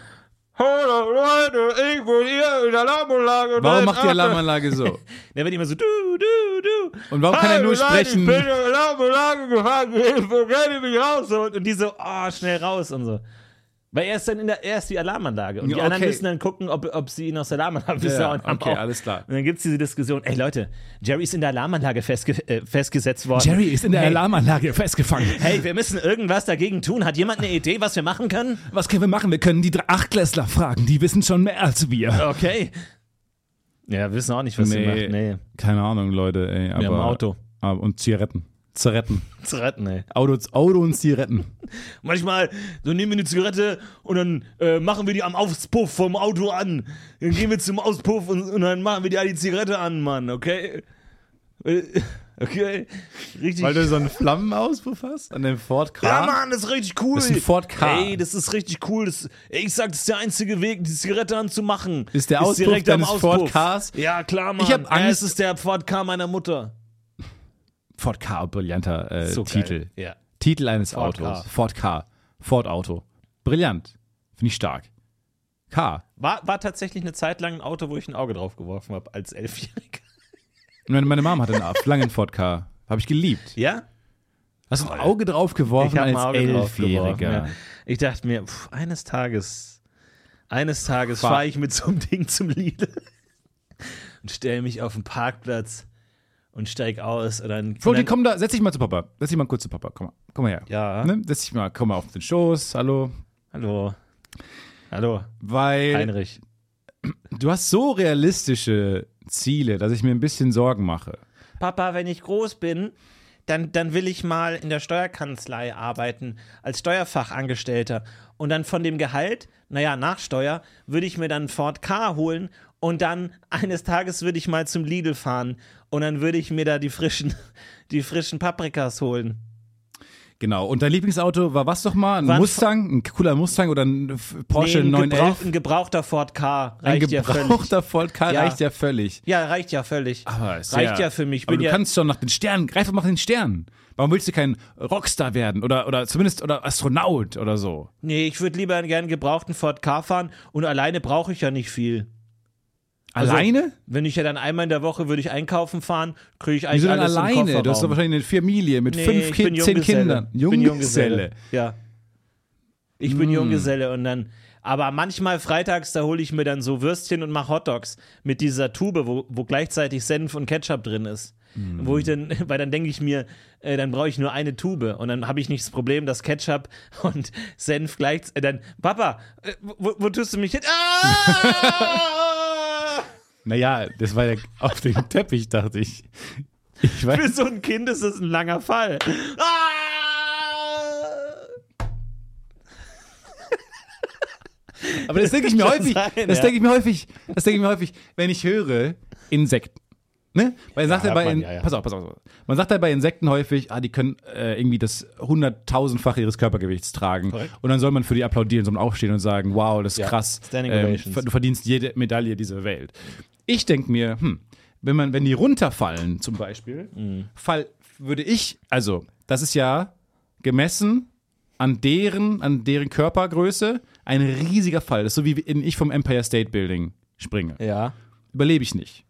C: Warum macht die Alarmanlage so?
B: dann wird immer so, du, du, du.
C: Und warum kann er nur sprechen?
B: Ich bin in der Alarmanlage gefangen, Hilfe, renne mich raus. Und, und die so, ah, schnell raus und so. Weil er ist dann in der, er ist die Alarmanlage. Und die
C: Ja,
B: anderen
C: okay.
B: müssen dann gucken, ob, ob sie ihn aus der Alarmanlage
C: Ja,
B: besorgen haben.
C: okay,
B: auch.
C: alles klar.
B: Und dann gibt es diese Diskussion, ey Leute, Jerry ist in der Alarmanlage festge äh, festgesetzt worden.
C: Jerry ist in der
B: hey,
C: Alarmanlage festgefangen.
B: Hey, wir müssen irgendwas dagegen tun. Hat jemand eine Idee, was wir machen können?
C: Was können wir machen? Wir können die drei Achtklässler fragen, die wissen schon mehr als wir.
B: Okay. Ja, wir wissen auch nicht, was sie
C: Nee.
B: macht. Nee,
C: Keine Ahnung, Leute, ey. Aber,
B: wir haben ein Auto.
C: Ah, und Zigaretten. Zigaretten.
B: Zu retten, ey.
C: Auto, Auto und Zigaretten.
B: Manchmal, so nehmen wir eine Zigarette und dann äh, machen wir die am Auspuff vom Auto an. Dann gehen wir zum Auspuff und, und dann machen wir die, die Zigarette an, Mann, okay? Äh, Okay. Richtig.
C: Weil du so einen Flammenauspuff hast an dem Ford K.
B: ja, Mann, das ist richtig cool.
C: Das ist ein Ford Ka.
B: Ey, das ist richtig cool. Das, ey, ich sag, das ist der einzige Weg, die Zigarette anzumachen.
C: Ist der Auspuff
B: direkt am
C: deines Ford
B: Auspuff.
C: Kas?
B: Ja, klar, Mann.
C: Ich hab
B: Ja,
C: Angst-
B: es ist der Ford Car meiner Mutter.
C: Ford K, brillanter äh,
B: So geil.
C: Titel.
B: Ja.
C: Titel eines
B: Ford
C: Autos.
B: Ka.
C: Ford K. Ford Auto. Brillant. Finde ich stark. K.
B: War, war tatsächlich eine Zeit lang ein Auto, wo ich ein Auge drauf geworfen habe, als Elfjähriger.
C: Meine, meine Mom hatte einen langen Ford K. Habe ich geliebt.
B: Ja?
C: Hast du ein Auge drauf geworfen
B: hab
C: als
B: ein Auge drauf
C: Elfjähriger?
B: geworfen, ja. Ich dachte mir, pff, eines Tages, eines Tages
C: Fahr-
B: fahre ich mit so einem Ding zum Lidl und stelle mich auf den Parkplatz und steige aus. Und dann, und
C: Florian,
B: dann
C: komm da, setz dich mal zu Papa. Setz dich mal kurz zu Papa. Komm mal, komm mal her.
B: Ja.
C: Ne? Setz dich mal, komm mal auf den Schoß. Hallo.
B: Hallo. Hallo,
C: Weil
B: Heinrich.
C: du hast so realistische Ziele, dass ich mir ein bisschen Sorgen mache.
B: Papa, wenn ich groß bin, dann, dann will ich mal in der Steuerkanzlei arbeiten, als Steuerfachangestellter. Und dann von dem Gehalt, naja, nach Steuer, würde ich mir dann einen Ford K holen und dann eines Tages würde ich mal zum Lidl fahren und dann würde ich mir da die frischen, die frischen Paprikas holen.
C: Genau. Und dein Lieblingsauto war was doch mal? Ein
B: War ein
C: Mustang? Ein cooler Mustang oder ein F- Porsche
B: nee, ein, gebrauch,
C: 911?
B: ein gebrauchter Ford K
C: Ein
B: reicht ja völlig.
C: gebrauchter Ford K
B: Ja.
C: reicht ja völlig.
B: Ja, reicht ja völlig.
C: Aber es-
B: reicht ja für mich. Ich
C: Aber
B: bin
C: du
B: ja,
C: kannst schon nach den Sternen, greif doch mal nach den Sternen. Warum willst du kein Rockstar werden oder, oder zumindest oder Astronaut oder so?
B: nee, ich würde lieber gerne einen gebrauchten Ford K fahren und alleine brauche ich ja nicht viel. Also,
C: Alleine?
B: Wenn ich ja dann einmal in der Woche würde ich einkaufen fahren, kriege ich eigentlich
C: Wieso denn
B: alles im
C: alleine?
B: Kofferraum.
C: Du hast doch wahrscheinlich eine Familie mit
B: Nee,
C: fünf,
B: ich
C: kind,
B: bin
C: zehn
B: Junggeselle.
C: Kindern.
B: Ich bin Junggeselle. Ja. Ich
C: Mm.
B: bin Junggeselle und dann aber manchmal freitags da hole ich mir dann so Würstchen und mache Hotdogs mit dieser Tube, wo, wo gleichzeitig Senf und Ketchup drin ist.
C: Mm.
B: Wo ich dann, weil dann denke ich mir, äh, dann brauche ich nur eine Tube und dann habe ich nicht das Problem, dass Ketchup und Senf gleich, äh, dann, Papa, äh, wo, wo tust du mich hin? Ah!
C: Naja, das war ja auf dem Teppich, dachte ich. Ich weiß,
B: Für so ein Kind ist das ein langer Fall. Ah!
C: aber das denke ich mir
B: Kann
C: häufig.
B: sein,
C: das
B: ja.
C: denke ich mir häufig. Das denke ich mir häufig, wenn ich höre Insekten. Ne? Weil sagt er
B: hört
C: bei
B: man,
C: In
B: ja, ja.
C: Pass auf, pass auf. pass auf. Man sagt ja bei Insekten häufig, ah, die können äh, irgendwie das hunderttausendfache ihres Körpergewichts tragen.
B: Korrekt.
C: Und dann soll man für die applaudieren, soll man aufstehen und sagen, wow, das ist
B: Ja,
C: krass.
B: Standing
C: Ähm,
B: Ovations.
C: ver- du verdienst jede Medaille dieser Welt. Ich denke mir, hm, wenn man, wenn die runterfallen zum Beispiel,
B: Mhm.
C: fall, würde ich, also, das ist ja gemessen an deren, an deren Körpergröße ein riesiger Fall. Das ist so wie wenn ich vom Empire State Building springe.
B: Ja,
C: Überlebe ich nicht.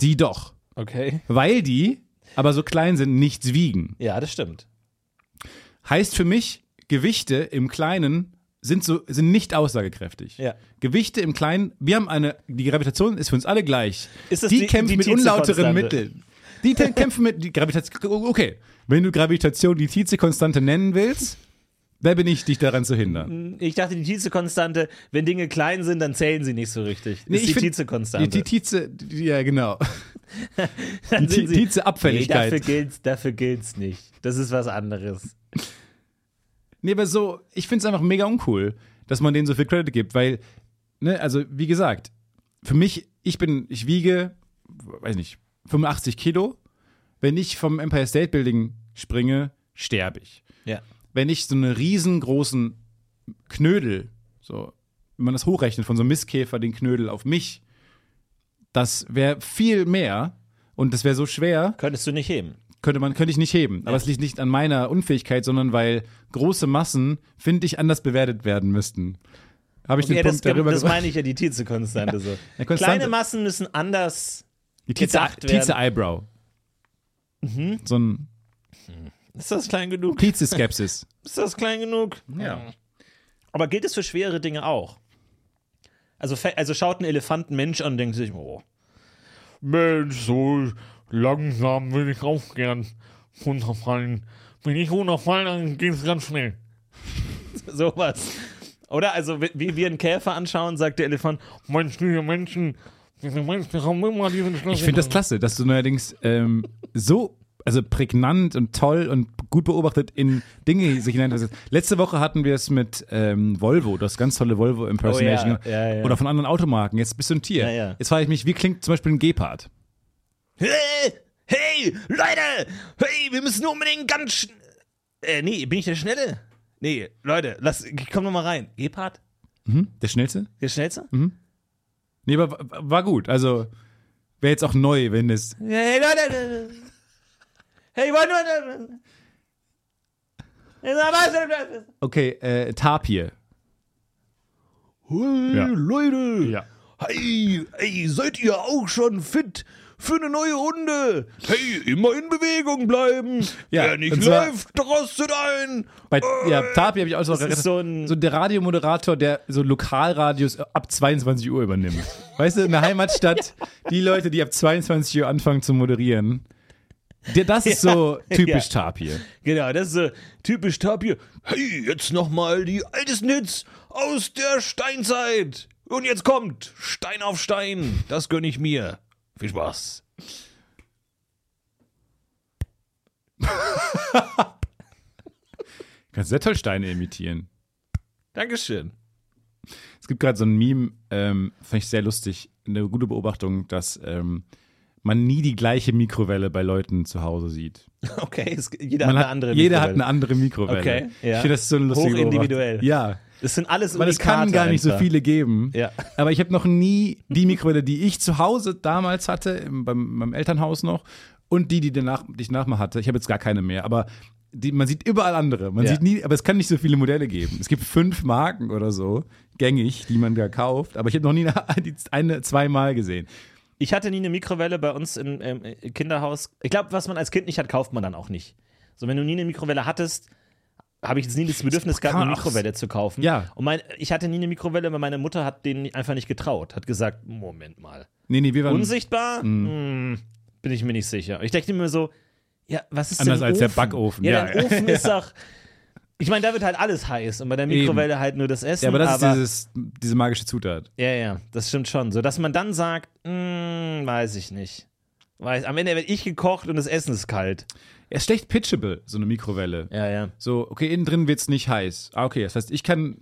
C: Die doch.
B: okay.
C: Weil die, aber so klein sind, nichts wiegen.
B: Ja, das stimmt.
C: Heißt für mich, Gewichte im Kleinen sind, so, sind nicht aussagekräftig.
B: Ja.
C: Gewichte im Kleinen, wir haben eine, die Gravitation ist für uns alle gleich.
B: Ist das
C: die,
B: die-
C: kämpfen
B: die
C: mit unlauteren
B: Tietze-Konstante?
C: Mitteln. Die te- kämpfen mit, die Gravitation, okay. Wenn du Gravitation die Tietze-Konstante nennen willst, wer bin ich, dich daran zu hindern?
B: Ich dachte, die Tietze-Konstante, wenn Dinge klein sind, dann zählen sie nicht so richtig.
C: Nee,
B: ist
C: ich
B: die
C: find-
B: Tietze-Konstante.
C: Die, die Tietze, die, ja genau.
B: Dann
C: Die
B: sind sie-
C: Tietze
B: Nee,
C: Abfälligkeit.
B: dafür gilt's, dafür gilt's nicht. Das ist was anderes.
C: Nee, aber so, ich finde es einfach mega uncool, dass man denen so viel Credit gibt, weil, ne, also wie gesagt, für mich, ich bin, ich wiege, weiß nicht, 85 Kilo. Wenn ich vom Empire State Building springe, sterbe ich.
B: Ja.
C: Wenn ich so einen riesengroßen Knödel, so, wenn man das hochrechnet, von so einem Mistkäfer den Knödel auf mich, das wäre viel mehr und das wäre so schwer,
B: Könntest du nicht heben.
C: könnte man könnte ich nicht heben. Aber es liegt nicht an meiner Unfähigkeit, sondern weil große Massen, finde ich, anders bewertet werden müssten. Habe ich
B: Ja,
C: den
B: das,
C: Punkt darüber
B: das
C: gemacht?
B: meine ich ja, die Tietze-Konstante so.
C: Ja, Konstante.
B: Kleine Massen müssen anders.
C: Die Tietze,
B: gedacht werden. Mhm.
C: Tietze Eyebrow. So ein
B: Ist das klein genug?
C: Tietze Skepsis.
B: Ist das klein genug?
C: ja.
B: Aber gilt es für schwere Dinge auch? Also, fe- also schaut ein Elefant einen Mensch an und denkt sich, oh,
D: Mensch, so langsam will ich auch gern runterfallen. Wenn ich runterfalle, dann geht's ganz schnell.
B: sowas. Oder? Also, wie- wie wir einen Käfer anschauen, sagt der Elefant,
D: Mensch, diese Menschen, diese Menschen haben immer diesen Schlüssel.
C: Ich finde
B: Genau.
C: das klasse, dass du neuerdings ähm, so also prägnant und toll und gut beobachtet in Dinge sich hineinversetzt. Letzte Woche hatten wir es mit ähm, Volvo, das ganz tolle Volvo Impersonation.
B: Oh ja, ja, ja.
C: Oder von anderen Automarken. Jetzt bist du ein Tier.
B: Ja, ja.
C: Jetzt frage ich mich, wie klingt zum Beispiel ein Gepard?
B: hey, hey, Leute, hey, wir müssen unbedingt ganz schn äh, nee, bin ich der Schnelle? Nee, Leute, lass, komm noch mal rein. Gepard,
C: Der schnellste?
B: der Schnellste?
C: Mhm. Nee, aber wa- war gut. Also wäre jetzt auch neu, wenn es.
B: Hey, Leute, hey, wollen wir...
C: Okay, äh, Tapir.
B: Hey,
C: Ja.
B: Leute!
C: Ja.
B: Hey, hey, seid ihr auch schon fit für eine neue Runde? Hey, immer in Bewegung bleiben.
C: Ja,
B: Wer nicht
C: und zwar-
B: läuft, rostet ein.
C: Bei ja, Tapir habe ich auch so gerettet.
B: Oh, so ein-
C: der Radiomoderator, der so Lokalradios ab 22 Uhr übernimmt. Weißt du, in der Heimatstadt, die Leute, die ab 22 Uhr anfangen zu moderieren. Der, das ist so typisch Tapir.
B: Genau, das ist äh, typisch Tapir. Hey, jetzt nochmal die altesten Hits aus der Steinzeit. Und jetzt kommt Stein auf Stein. Das gönne ich mir. Viel Spaß.
C: Du kannst sehr toll Steine imitieren.
B: Dankeschön.
C: Es gibt gerade so ein Meme, ähm, fand ich sehr lustig, eine gute Beobachtung, dass ähm, man nie die gleiche Mikrowelle bei Leuten zu Hause sieht.
B: Okay, es, jeder
C: Man
B: hat eine
C: hat-
B: andere
C: jeder hat
B: Mikrowelle.
C: eine andere Mikrowelle.
B: Okay,
C: Ich
B: ja.
C: finde das so eine lustige
B: Hochindividuell.
C: Beobachtung. Ja,
B: Das sind alles
C: weil es kann
B: Unikate
C: gar nicht so
B: einfach.
C: viele geben.
B: Ja.
C: Aber ich habe noch nie die Mikrowelle, die ich zu Hause damals hatte, im, beim, beim Elternhaus noch, und die, die, danach, die ich nachher hatte. Ich habe jetzt gar keine mehr, aber die, man sieht überall andere. Man
B: Ja.
C: sieht nie, aber es kann nicht so viele Modelle geben. Es gibt fünf Marken oder so, gängig, die man da kauft, aber ich habe noch nie eine, die eine zweimal gesehen.
B: Ich hatte nie eine Mikrowelle bei uns im, ähm, Kinderhaus. Ich glaube, was man als Kind nicht hat, kauft man dann auch nicht. So, wenn du nie eine Mikrowelle hattest, habe ich jetzt nie das Bedürfnis gehabt,
C: kann
B: eine
C: man auch-
B: Mikrowelle zu kaufen.
C: Ja.
B: Und mein, ich hatte nie eine Mikrowelle, weil meine Mutter hat denen einfach nicht getraut. Hat gesagt, Moment mal.
C: Nee, nee, wir waren
B: Unsichtbar?
C: mm.
B: Hm, bin ich mir nicht sicher. Ich dachte mir so, ja, was ist
C: Anders
B: denn ein
C: als der
B: Ofen?
C: Backofen,
B: Ja,
C: ja.
B: dein Ofen ist doch... Ich meine, da wird halt alles heiß und bei der
C: Eben.
B: Mikrowelle halt nur das Essen.
C: Ja, aber das ist dieses, diese magische Zutat.
B: Ja, ja, das stimmt schon. So, dass man dann sagt, "Mm, weiß ich nicht. Weiß, am Ende wird ich gekocht und das Essen ist kalt.
C: Er ist schlecht pitchable, so eine Mikrowelle.
B: Ja, ja.
C: So, okay, innen drin wird's nicht heiß. Ah, okay, das heißt, ich kann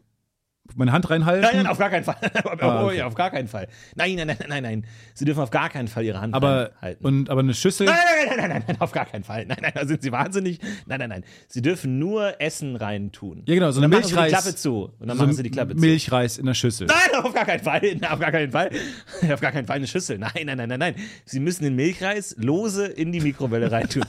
C: meine Hand reinhalten,
B: Nein, nein, auf gar keinen Fall.
C: Ah,
B: oh,
C: okay.
B: ja, auf gar keinen Fall. Nein, nein, nein, nein, nein. Sie dürfen auf gar keinen Fall ihre Hand
C: aber,
B: halten.
C: und, aber eine Schüssel.
B: nein, nein, nein, nein, nein, nein, auf gar keinen Fall. Nein, nein, da sind sie wahnsinnig. Nein, nein, nein. Sie dürfen nur Essen reintun.
C: Ja, genau, so
B: Und dann
C: eine
B: machen sie die
C: Milchreis-
B: Klappe zu. Und dann
C: so
B: machen sie die Klappe zu.
C: Milchreis in der Schüssel.
B: Nein, auf gar keinen Fall. Auf gar keinen Fall. Auf gar keinen Fall eine Schüssel. Nein, nein, nein, nein, nein. Sie müssen den Milchreis lose in die Mikrowelle reintun.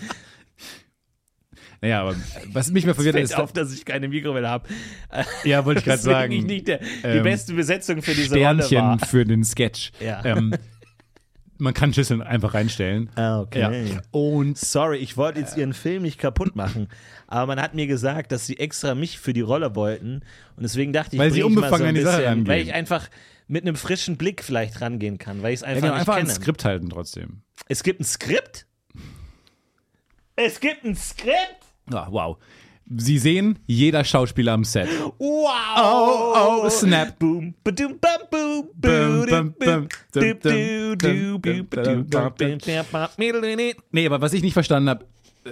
C: Naja, aber was mich mal verwirrt
B: fällt
C: ist,
B: auf, dass ich keine Mikrowelle habe.
C: ja, wollte ich gerade
B: Das ist wirklich
C: sagen,
B: nicht der, die
C: ähm,
B: beste Besetzung für diese Rolle
C: Sternchen
B: war.
C: für den Sketch.
B: Ja.
C: Ähm, man kann Schüsseln einfach reinstellen.
B: Ah, okay.
C: Ja. Und
B: Sorry, ich wollte jetzt ihren Film nicht kaputt machen, aber man hat mir gesagt, dass sie extra mich für die Rolle wollten und deswegen dachte ich,
C: Weil sie
B: bring ich mal so
C: unbefangen
B: ein
C: an die Sache
B: bisschen,
C: rangehen.
B: weil ich einfach mit einem frischen Blick vielleicht rangehen kann, weil ich es
C: ja,
B: einfach
C: genau,
B: nicht
C: einfach
B: kenne.
C: ans Skript halten trotzdem.
B: Es gibt ein Skript? Es gibt ein Skript?
C: Ja, wow. Sie sehen jeder Schauspieler am Set.
B: Wow!
C: Oh, snap.
B: Boom, ba-doom, bam, boom, boom, boom, doop, doo, doo, boom, ba-doom, bam, bam, bam, bam, middle-in-it.
C: Nee, aber was ich nicht verstanden habe,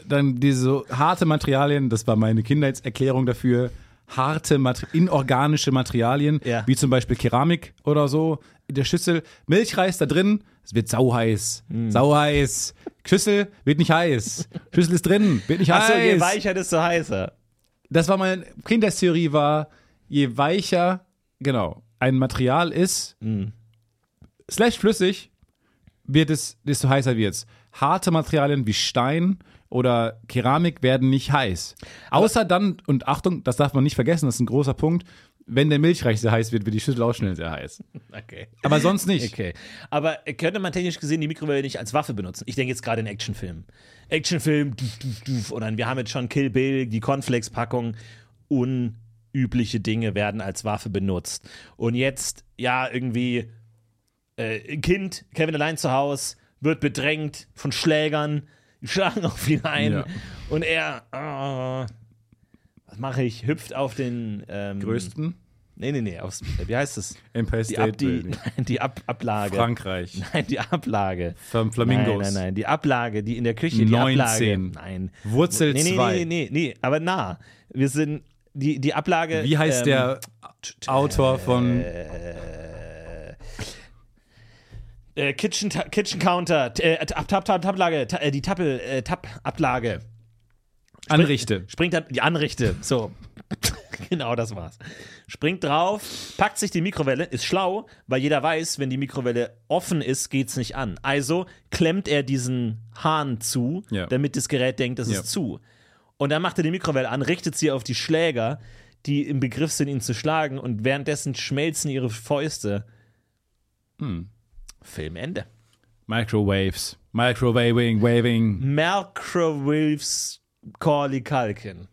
C: dann diese so harte Materialien, das war meine Kindheitserklärung dafür, harte, Mater inorganische Materialien,
B: Ja.
C: wie zum Beispiel Keramik oder so, in der Schüssel, Milchreis da drin, es wird sauheiß, sauheiß. Schüssel wird nicht heiß. Schüssel ist drin, wird nicht heiß.
B: Achso, je weicher, desto heißer.
C: das war meine Kindheitstheorie war, je weicher, genau, ein Material ist,
B: Mhm.
C: slash flüssig, wird es, desto heißer wird's. Harte Materialien wie Stein oder Keramik werden nicht heiß. Außer dann, und Achtung, das darf man nicht vergessen, das ist ein großer Punkt, wenn der Milchreis sehr heiß wird, wird die Schüssel auch schnell sehr heiß.
B: Okay.
C: Aber sonst nicht.
B: Okay. Aber könnte man technisch gesehen die Mikrowelle nicht als Waffe benutzen? Ich denke jetzt gerade in Actionfilmen. Actionfilm, duf, duf, duf. Und dann, wir haben jetzt schon Kill Bill, die Cornflakes-Packung. Unübliche Dinge werden als Waffe benutzt. Und jetzt, ja, irgendwie, äh, Kind, Kevin allein zu Hause, wird bedrängt von Schlägern, die schlagen auf ihn ein.
C: Ja.
B: Und er, ah, was mache ich? Hüpft auf den. Ähm,
C: Größten
B: Nee, nee, nee, aufs, äh, wie heißt es?
C: Empire
B: Die,
C: State
B: Ab, die,
C: Building.
B: die Ab Ablage.
C: Frankreich.
B: Nein, die Ablage.
C: Flam- Flamingos.
B: Nein, nein, nein, die Ablage, die in der Küche, die
C: 19.
B: Ablage. Nein.
C: Wurzel
B: nee, nee,
C: 2.
B: Nee, nee, nee, aber nah. Wir sind die, die Ablage.
C: Wie heißt
B: ähm,
C: der Autor von
B: Äh, Kitchen, Ta- Kitchen Counter, t- äh, Tab, Tab, Tab, Tablage, ta, äh, die Tappel, äh, Tab, Ablage.
C: Anrichte?
B: Springt an, die Anrichte. So. genau, das war's. Springt drauf, packt sich die Mikrowelle, ist schlau, weil jeder weiß, wenn die Mikrowelle offen ist, geht's nicht an. Also klemmt er diesen Hahn zu,
C: Ja.
B: damit das Gerät denkt, es
C: Ja.
B: ist zu. Und dann macht er die Mikrowelle an, richtet sie auf die Schläger, die im Begriff sind, ihn zu schlagen, und währenddessen schmelzen ihre Fäuste.
C: Hm.
B: Filmende.
C: Microwaves. Microwaving, waving.
B: Microwaves Corley Kalkin.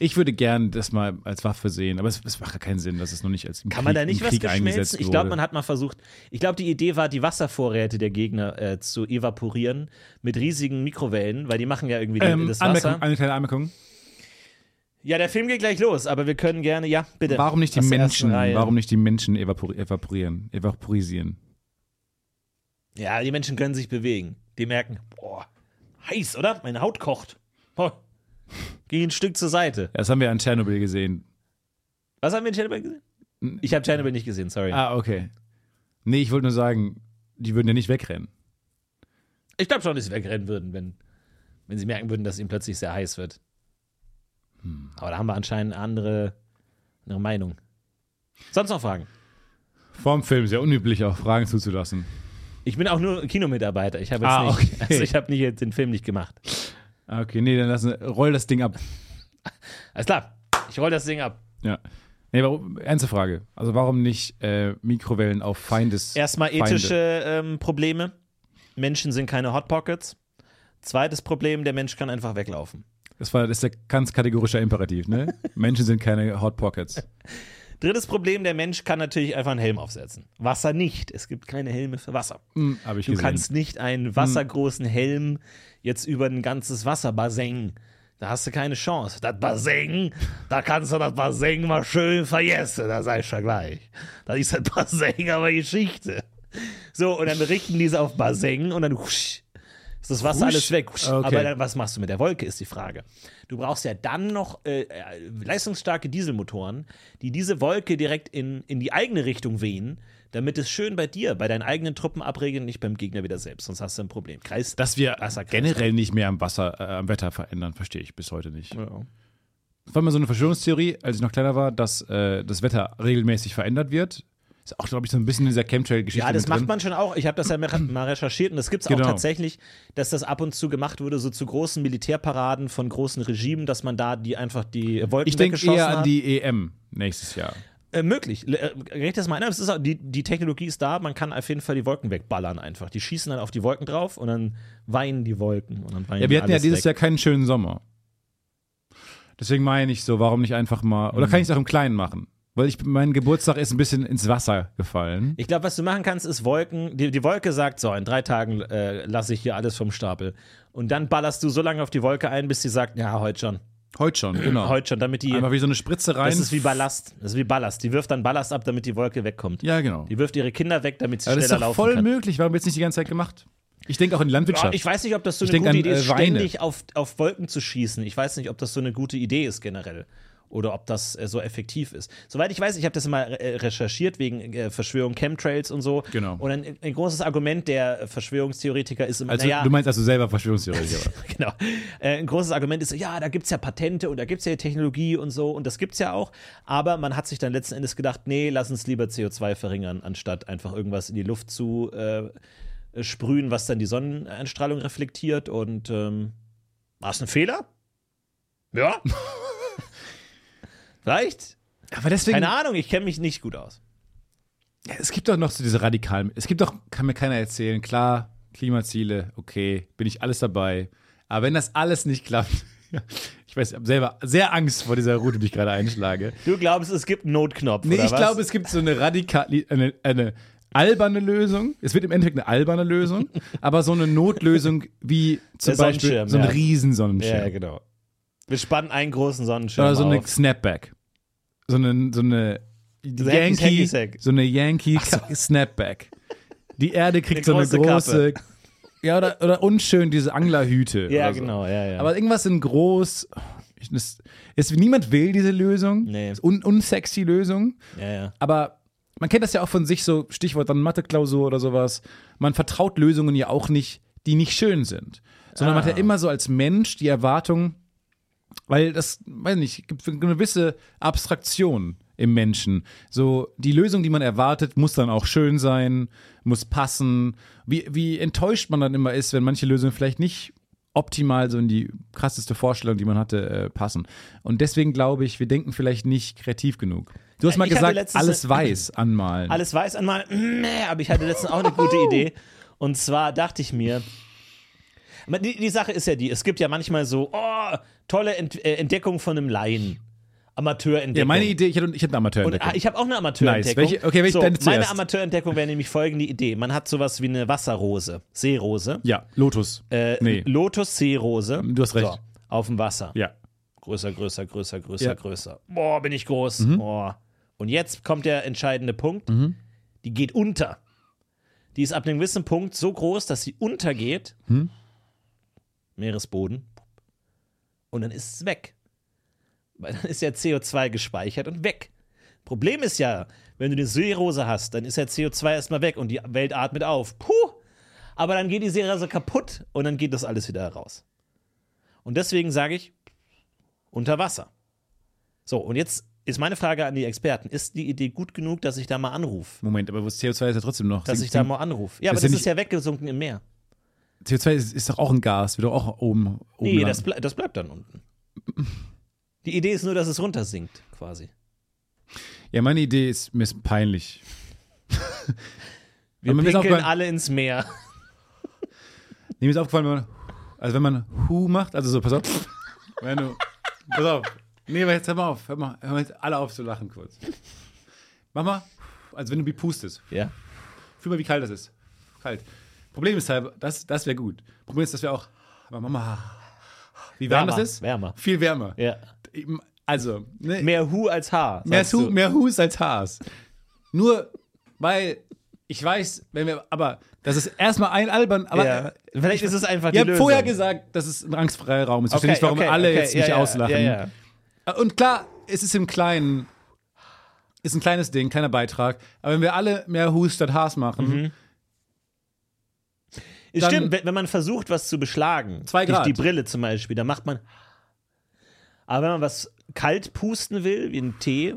C: Ich würde gern das mal als Waffe sehen, aber es, es macht ja keinen Sinn, dass es noch nicht als im
B: Kann
C: Krieg,
B: man da nicht
C: im
B: was
C: Krieg eingesetzt
B: geschmelzen? Ich
C: wurde.
B: glaube, man hat mal versucht. Ich glaube, die Idee war, die Wasservorräte der Gegner äh, zu evaporieren mit riesigen Mikrowellen, weil die machen ja irgendwie die-
C: ähm,
B: das Wasser.
C: Anmerkung, eine kleine Anmerkung.
B: Ja, der Film geht gleich los, aber wir können gerne, ja, bitte.
C: Warum nicht die
B: Aus der ersten
C: Menschen?
B: Reihe.
C: Warum nicht die Menschen evapor evaporieren, evaporisieren?
B: Ja, die Menschen können sich bewegen. Die merken, boah, heiß, oder? Meine Haut kocht. Boah. Geh ein Stück zur Seite.
C: Das haben wir an Tschernobyl gesehen.
B: Was haben wir in Chernobyl gesehen? Ich habe Chernobyl nicht gesehen, sorry.
C: Ah, okay. Nee, ich wollte nur sagen, die würden ja nicht wegrennen.
B: Ich glaube schon, dass sie wegrennen würden, wenn, wenn sie merken würden, dass ihm plötzlich sehr heiß wird. Hm. Aber da haben wir anscheinend eine andere, andere Meinung. Sonst noch Fragen?
C: Vorm Film sehr unüblich, auch Fragen zuzulassen.
B: Ich bin auch nur Kinomitarbeiter. Ich habe jetzt
C: Ah,
B: nicht,
C: okay.
B: also ich habe nicht jetzt den Film nicht gemacht.
C: Ah, Okay, nee, dann lassen roll das Ding ab.
B: Alles klar. Ich roll das Ding ab.
C: Ja. Nee, warum, ernste Frage. Also warum nicht äh, Mikrowellen auf Feindes?
B: Erstmal
C: Feinde?
B: ethische ähm, Probleme. Menschen sind keine Hot Pockets. Zweites Problem, der Mensch kann einfach weglaufen.
C: Das war das ist der ganz kategorische Imperativ, ne? Menschen sind keine Hot Pockets.
B: Drittes Problem, der Mensch kann natürlich einfach einen Helm aufsetzen. Wasser nicht. Es gibt keine Helme für Wasser.
C: Hm, hab ich
B: Du
C: gesehen. Hm.
B: kannst nicht einen wassergroßen Helm jetzt über ein ganzes Wasserbassin. Da hast du keine Chance. Das Bassin, da kannst du das Bassin mal schön vergessen. Da sag ich schon gleich. Das ist das Bassin aber Geschichte. So, und dann richten die es auf Bassin und dann husch, ist das Wasser
C: Husch?
B: alles weg. Husch.
C: Okay.
B: Aber dann, was machst du mit der Wolke, ist die Frage. Du brauchst ja dann noch äh, äh, leistungsstarke Dieselmotoren, die diese Wolke direkt in, in die eigene Richtung wehen, damit es schön bei dir, bei deinen eigenen Truppen abregelt und nicht beim Gegner wieder selbst. Sonst hast du ein Problem. Kreis.
C: Dass wir
B: Wasser-
C: generell nicht mehr am Wasser, äh, am Wetter verändern, verstehe ich bis heute nicht. Das war mal so eine Verschwörungstheorie, als ich noch kleiner war, dass äh, das Wetter regelmäßig verändert wird. Ist auch, glaube ich, so ein bisschen in dieser Chemtrail-Geschichte.
B: Ja, das
C: mit
B: macht
C: drin.
B: man schon auch. Ich habe das ja mer- mal recherchiert und es gibt es
C: Genau.
B: auch tatsächlich, dass das ab und zu gemacht wurde, so zu großen Militärparaden von großen Regimen, dass man da die einfach die Wolken
C: Ich denke
B: weggeschossen
C: eher
B: hat.
C: an die EM nächstes Jahr.
B: Äh, möglich. L- Äh, Recht das mal ein. Aber es ist auch, die, die Technologie ist da, man kann auf jeden Fall die Wolken wegballern einfach. Die schießen dann auf die Wolken drauf und dann weinen die Wolken. Und dann weinen
C: Ja,
B: die
C: wir hatten ja
B: alles
C: dieses
B: weg.
C: Jahr keinen schönen Sommer. Deswegen meine ich so, warum nicht einfach mal. Oder kann ich es auch im Kleinen machen? Weil ich, mein Geburtstag ist ein bisschen ins Wasser gefallen.
B: Ich glaube, was du machen kannst, ist Wolken. Die, die Wolke sagt so: In drei Tagen äh, lasse ich hier alles vom Stapel. Und dann ballerst du so lange auf die Wolke ein, bis sie sagt: Ja, heute schon.
C: Heute schon, genau.
B: Heute schon, damit die.
C: Einfach wie so eine Spritze rein.
B: das ist wie Ballast. Das ist wie Ballast. Die wirft dann Ballast ab, damit die Wolke wegkommt.
C: Ja, genau.
B: Die wirft ihre Kinder weg, damit sie
C: Aber das ist
B: schneller
C: doch
B: laufen
C: voll
B: kann.
C: möglich. Warum wird es nicht die ganze Zeit gemacht? Ich denke auch in
B: Ja,
C: Landwirtschaft.
B: ich weiß nicht, ob das so eine
C: denk
B: gute
C: an,
B: Idee ist,
C: äh, Weine.
B: ständig auf, auf Wolken zu schießen. Ich weiß nicht, ob das so eine gute Idee ist generell. Oder ob das äh, so effektiv ist. Soweit ich weiß, ich habe das mal äh, recherchiert wegen äh, Verschwörung Chemtrails und so.
C: Genau.
B: Und ein, ein großes Argument der Verschwörungstheoretiker ist immer,
C: also,
B: naja,
C: du meinst also selber Verschwörungstheoretiker.
B: genau. Äh, ein großes Argument ist, so, ja, da gibt es ja Patente und da gibt es ja Technologie und so und das gibt es ja auch. Aber man hat sich dann letzten Endes gedacht, nee, lass uns lieber CO2 verringern, anstatt einfach irgendwas in die Luft zu äh, sprühen, was dann die Sonneneinstrahlung reflektiert. Und ähm, war es ein Fehler? Ja. Vielleicht?
C: aber deswegen,
B: Keine Ahnung, ich kenne mich nicht gut aus.
C: Ja, es gibt doch noch so diese radikalen. Es gibt doch, kann mir keiner erzählen, klar, Klimaziele, okay, bin ich alles dabei. Aber wenn das alles nicht klappt, ja, ich weiß, ich habe selber sehr Angst vor dieser Route, die ich gerade einschlage.
B: Du glaubst, es gibt einen Notknopf.
C: Nee,
B: oder
C: ich
B: was?
C: glaube, es gibt so eine radikal, eine, eine alberne Lösung. Es wird im Endeffekt eine alberne Lösung, aber so eine Notlösung wie zum
B: Der
C: Beispiel
B: Sonnenschirm,
C: so ein
B: ja.
C: Riesensonnenschirm.
B: Ja, genau. Wir spannen einen großen Sonnenschirm.
C: Oder so eine
B: auf.
C: Snapback. So eine, so eine Yankee,
B: Hacky Sack.
C: so eine Yankee Snapback. Die Erde kriegt
B: Eine
C: so eine
B: große
C: große. Ja, oder, oder unschön diese Anglerhüte.
B: Ja,
C: oder so.
B: genau, ja, ja.
C: Aber irgendwas in groß. Ich, das, es, niemand will diese Lösung.
B: Nee.
C: Ist Un, unsexy Lösung.
B: ja, ja.
C: Aber man kennt das ja auch von sich, so Stichwort dann Mathe-Klausur oder sowas. Man vertraut Lösungen ja auch nicht, die nicht schön sind. Sondern man hat ja immer so als Mensch die Erwartung, weil das, weiß nicht, gibt eine gewisse Abstraktion im Menschen. So, die Lösung, die man erwartet, muss dann auch schön sein, muss passen. Wie, wie enttäuscht man dann immer ist, wenn manche Lösungen vielleicht nicht optimal so in die krasseste Vorstellung, die man hatte, äh, passen. Und deswegen glaube ich, wir denken vielleicht nicht kreativ genug. Du hast
B: Ja,
C: mal
B: ich hatte
C: gesagt,
B: letztens-
C: alles weiß anmalen.
B: alles weiß einmal, meh, aber ich hatte letztens auch eine gute Idee. Und zwar dachte ich mir, aber die, die Sache ist ja die, es gibt ja manchmal so, oh, tolle Ent äh, Entdeckung von einem Laien. Amateurentdeckung.
C: ja, meine Idee, ich hätte, ich hätte einen Amateur
B: Und, ah, ich habe auch eine
C: Nice.
B: Amateurentdeckung.
C: Welche- okay, welche
B: so,
C: deine
B: meine
C: zuerst?
B: Amateurentdeckung wäre nämlich folgende Idee. Man hat sowas wie eine Wasserrose, Seerose,
C: Ja, Lotus.
B: äh,
C: nee. Ähm,
B: Lotus-Seerose.
C: Du hast recht.
B: So, auf dem Wasser.
C: ja.
B: Größer, größer, größer, größer,
C: Ja.
B: größer. Boah, bin ich groß. Boah. Und jetzt kommt der entscheidende Punkt. Die geht unter. Die ist ab einem gewissen Punkt so groß, dass sie untergeht. Meeresboden. Und dann ist es weg. Weil dann ist ja CO2 gespeichert und weg. Problem ist ja, wenn du eine Seerose hast, dann ist ja CO2 erstmal weg und die Welt atmet auf. Puh! Aber dann geht die Seerose kaputt und dann geht das alles wieder raus. Und deswegen sage ich, unter Wasser. So, und jetzt ist meine Frage an die Experten: Ist die Idee gut genug, dass ich da mal anrufe?
C: Moment, aber wo ist CO2 ist ja trotzdem noch.
B: Dass
C: Sing-
B: ich da
C: sing-
B: mal anrufe? Ja, aber
C: Das
B: das
C: ist ja
B: ist ja weggesunken im Meer.
C: Oh CO2 ist, ist doch auch ein Gas, wird doch auch oben. oben
B: Nee,
C: landen.
B: das, ble das bleibt dann unten. Die Idee ist nur, dass es runtersinkt, quasi.
C: Ja, meine Idee ist mir ist peinlich.
B: Wir
C: Aber mir, ist
B: pinkeln
C: aufgefallen,
B: alle ins Meer.
C: nee, mir ist aufgefallen, wenn man, also wenn man Hu macht, also so, pass auf. wenn du, pass auf. Nee, aber jetzt hör mal auf. Hör mal, hör mal jetzt alle auf zu lachen kurz. Mach mal, also wenn du bepustest.
B: Ja.
C: Fühl mal, wie kalt das ist. Kalt. Problem ist halt, das, das wäre gut. Problem ist, dass wir auch, aber Mama, wie warm
B: Wärmer,
C: das ist?
B: wärmer.
C: Viel wärmer.
B: ja.
C: Eben, Also, ne,
B: Mehr Hu als Haar.
C: Mehr,
B: sagst
C: Hu,
B: du.
C: mehr Hus als Haars. Nur, weil ich weiß, wenn wir, aber das ist erstmal ein albern, aber
B: Ja. Vielleicht ist es einfach die
C: ihr habt
B: Lösung.
C: vorher gesagt, dass es ein angstfreier Raum ist. Ich
B: Okay,
C: verstehe nicht, warum
B: okay,
C: alle
B: okay,
C: jetzt
B: ja,
C: mich
B: ja,
C: auslachen.
B: Ja, ja.
C: Und klar, es ist im Kleinen, ist ein kleines Ding, kleiner Beitrag, aber wenn wir alle mehr Hus statt Haars machen,
B: Mhm.
C: Dann-
B: Stimmt, wenn, wenn man versucht, was zu beschlagen,
C: Zwei Grad.
B: durch die Brille zum Beispiel, dann macht man. Aber wenn man was kalt pusten will, wie einen Tee,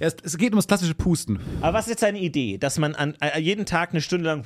C: ja, es, es geht um das klassische Pusten.
B: Aber was ist jetzt deine Idee, dass man an, an jeden Tag eine Stunde lang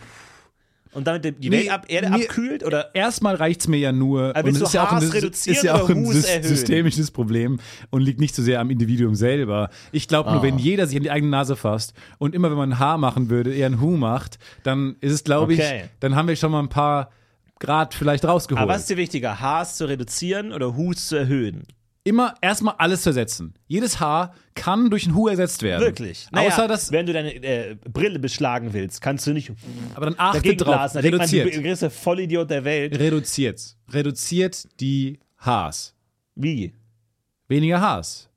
B: und damit die
C: Nee,
B: Welt ab, Erde
C: mir-
B: abkühlt oder
C: Erstmal reicht es mir ja nur,
B: Aber
C: und
B: willst
C: es
B: du
C: ist ja auch ein,
B: Haars
C: Sys-
B: reduzieren
C: ist ja auch
B: oder
C: ein
B: Hus
C: Sys-
B: erhöhen?
C: systemisches Problem und liegt nicht so sehr am Individuum selber. Ich glaube
B: Ah.
C: nur, wenn jeder sich an die eigene Nase fasst und immer, wenn man ein Haar machen würde, eher ein Hu macht, dann ist es, glaube
B: Okay.
C: ich, dann haben wir schon mal ein paar Grad vielleicht rausgeholt.
B: aber was ist dir wichtiger, Haars zu reduzieren oder Hus zu erhöhen?
C: immer erstmal alles versetzen. Jedes Haar kann durch ein Hu ersetzt werden.
B: Wirklich.
C: Mhm. Außer das,
B: wenn du deine äh, Brille beschlagen willst, kannst du nicht
C: aber dann achtet
B: dagegen
C: drauf,
B: blasen. Da denkt man, du
C: reduziert.
B: bist der Vollidiot der Welt.
C: Reduziert. Reduziert die Haars.
B: Wie?
C: Weniger Haars.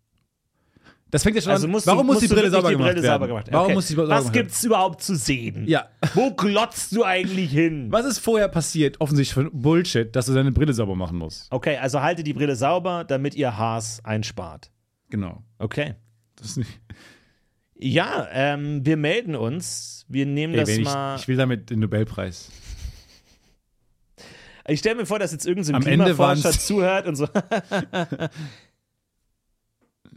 C: Das fängt ja schon
B: Also
C: an.
B: musst
C: Warum
B: du,
C: muss die
B: musst du
C: Brille
B: wirklich
C: sauber
B: die
C: gemacht
B: Brille
C: werden?
B: sauber gemacht werden?
C: Warum
B: Okay.
C: muss die Brille
B: Was
C: sauber gemacht
B: gibt's überhaupt zu sehen?
C: Ja.
B: Wo glotzt du eigentlich hin?
C: Was ist vorher passiert, offensichtlich von Bullshit, dass du deine Brille sauber machen musst?
B: Okay, also halte die Brille sauber, damit ihr Haars einspart.
C: Genau.
B: Okay.
C: Das ist nicht,
B: Ja, ähm, wir melden uns. Wir nehmen
C: ey,
B: das
C: wenn ich,
B: mal.
C: ich will damit den Nobelpreis.
B: Ich, stelle mir vor, dass jetzt irgendein so ein
C: Am Ende
B: Klimaforscher
C: waren's-
B: zuhört und so.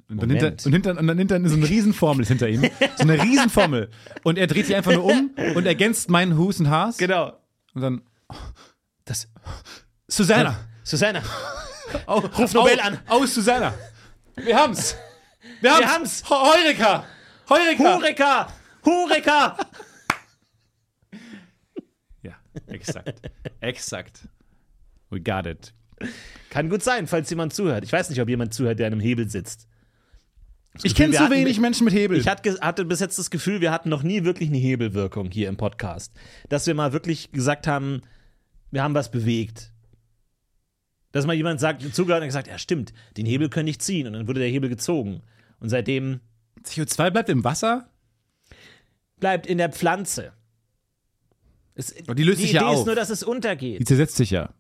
C: Und dann,
B: Moment.
C: hinter, und, hinter, und dann hinter so eine Riesenformel ist hinter ihm. So eine Riesenformel. Und er dreht sich einfach nur um und ergänzt meinen Hus und Haars.
B: genau.
C: Und dann.
B: Das,
C: Susanna!
B: Susanna,
C: Oh,
B: ruf Nobel an.
C: Oh, Susanna! Wir haben's! Wir haben's!
B: haben's.
C: Ho- Heureka! Heureka!
B: Hureka! Hureka!
C: Ja, exakt. exakt. We got it.
B: Kann gut sein, falls jemand zuhört. Ich weiß nicht, ob jemand zuhört, der an einem Hebel sitzt.
C: Ich kenne
B: wir
C: zu
B: hatten-
C: wenig Menschen mit Hebel.
B: Ich hat ge- hatte bis jetzt das Gefühl, wir hatten noch nie wirklich eine Hebelwirkung hier im Podcast. Dass wir mal wirklich gesagt haben, wir haben was bewegt. Dass mal jemand sagt, zugehört und gesagt, ja stimmt, den Hebel könnte ich ziehen. Und dann wurde der Hebel gezogen. Und seitdem
C: CO2 bleibt im Wasser
B: bleibt in der Pflanze. Es,
C: die löst sich
B: Idee
C: ja
B: ist
C: auf.
B: nur, dass es
C: Die
B: untergeht.
C: zersetzt sich ja.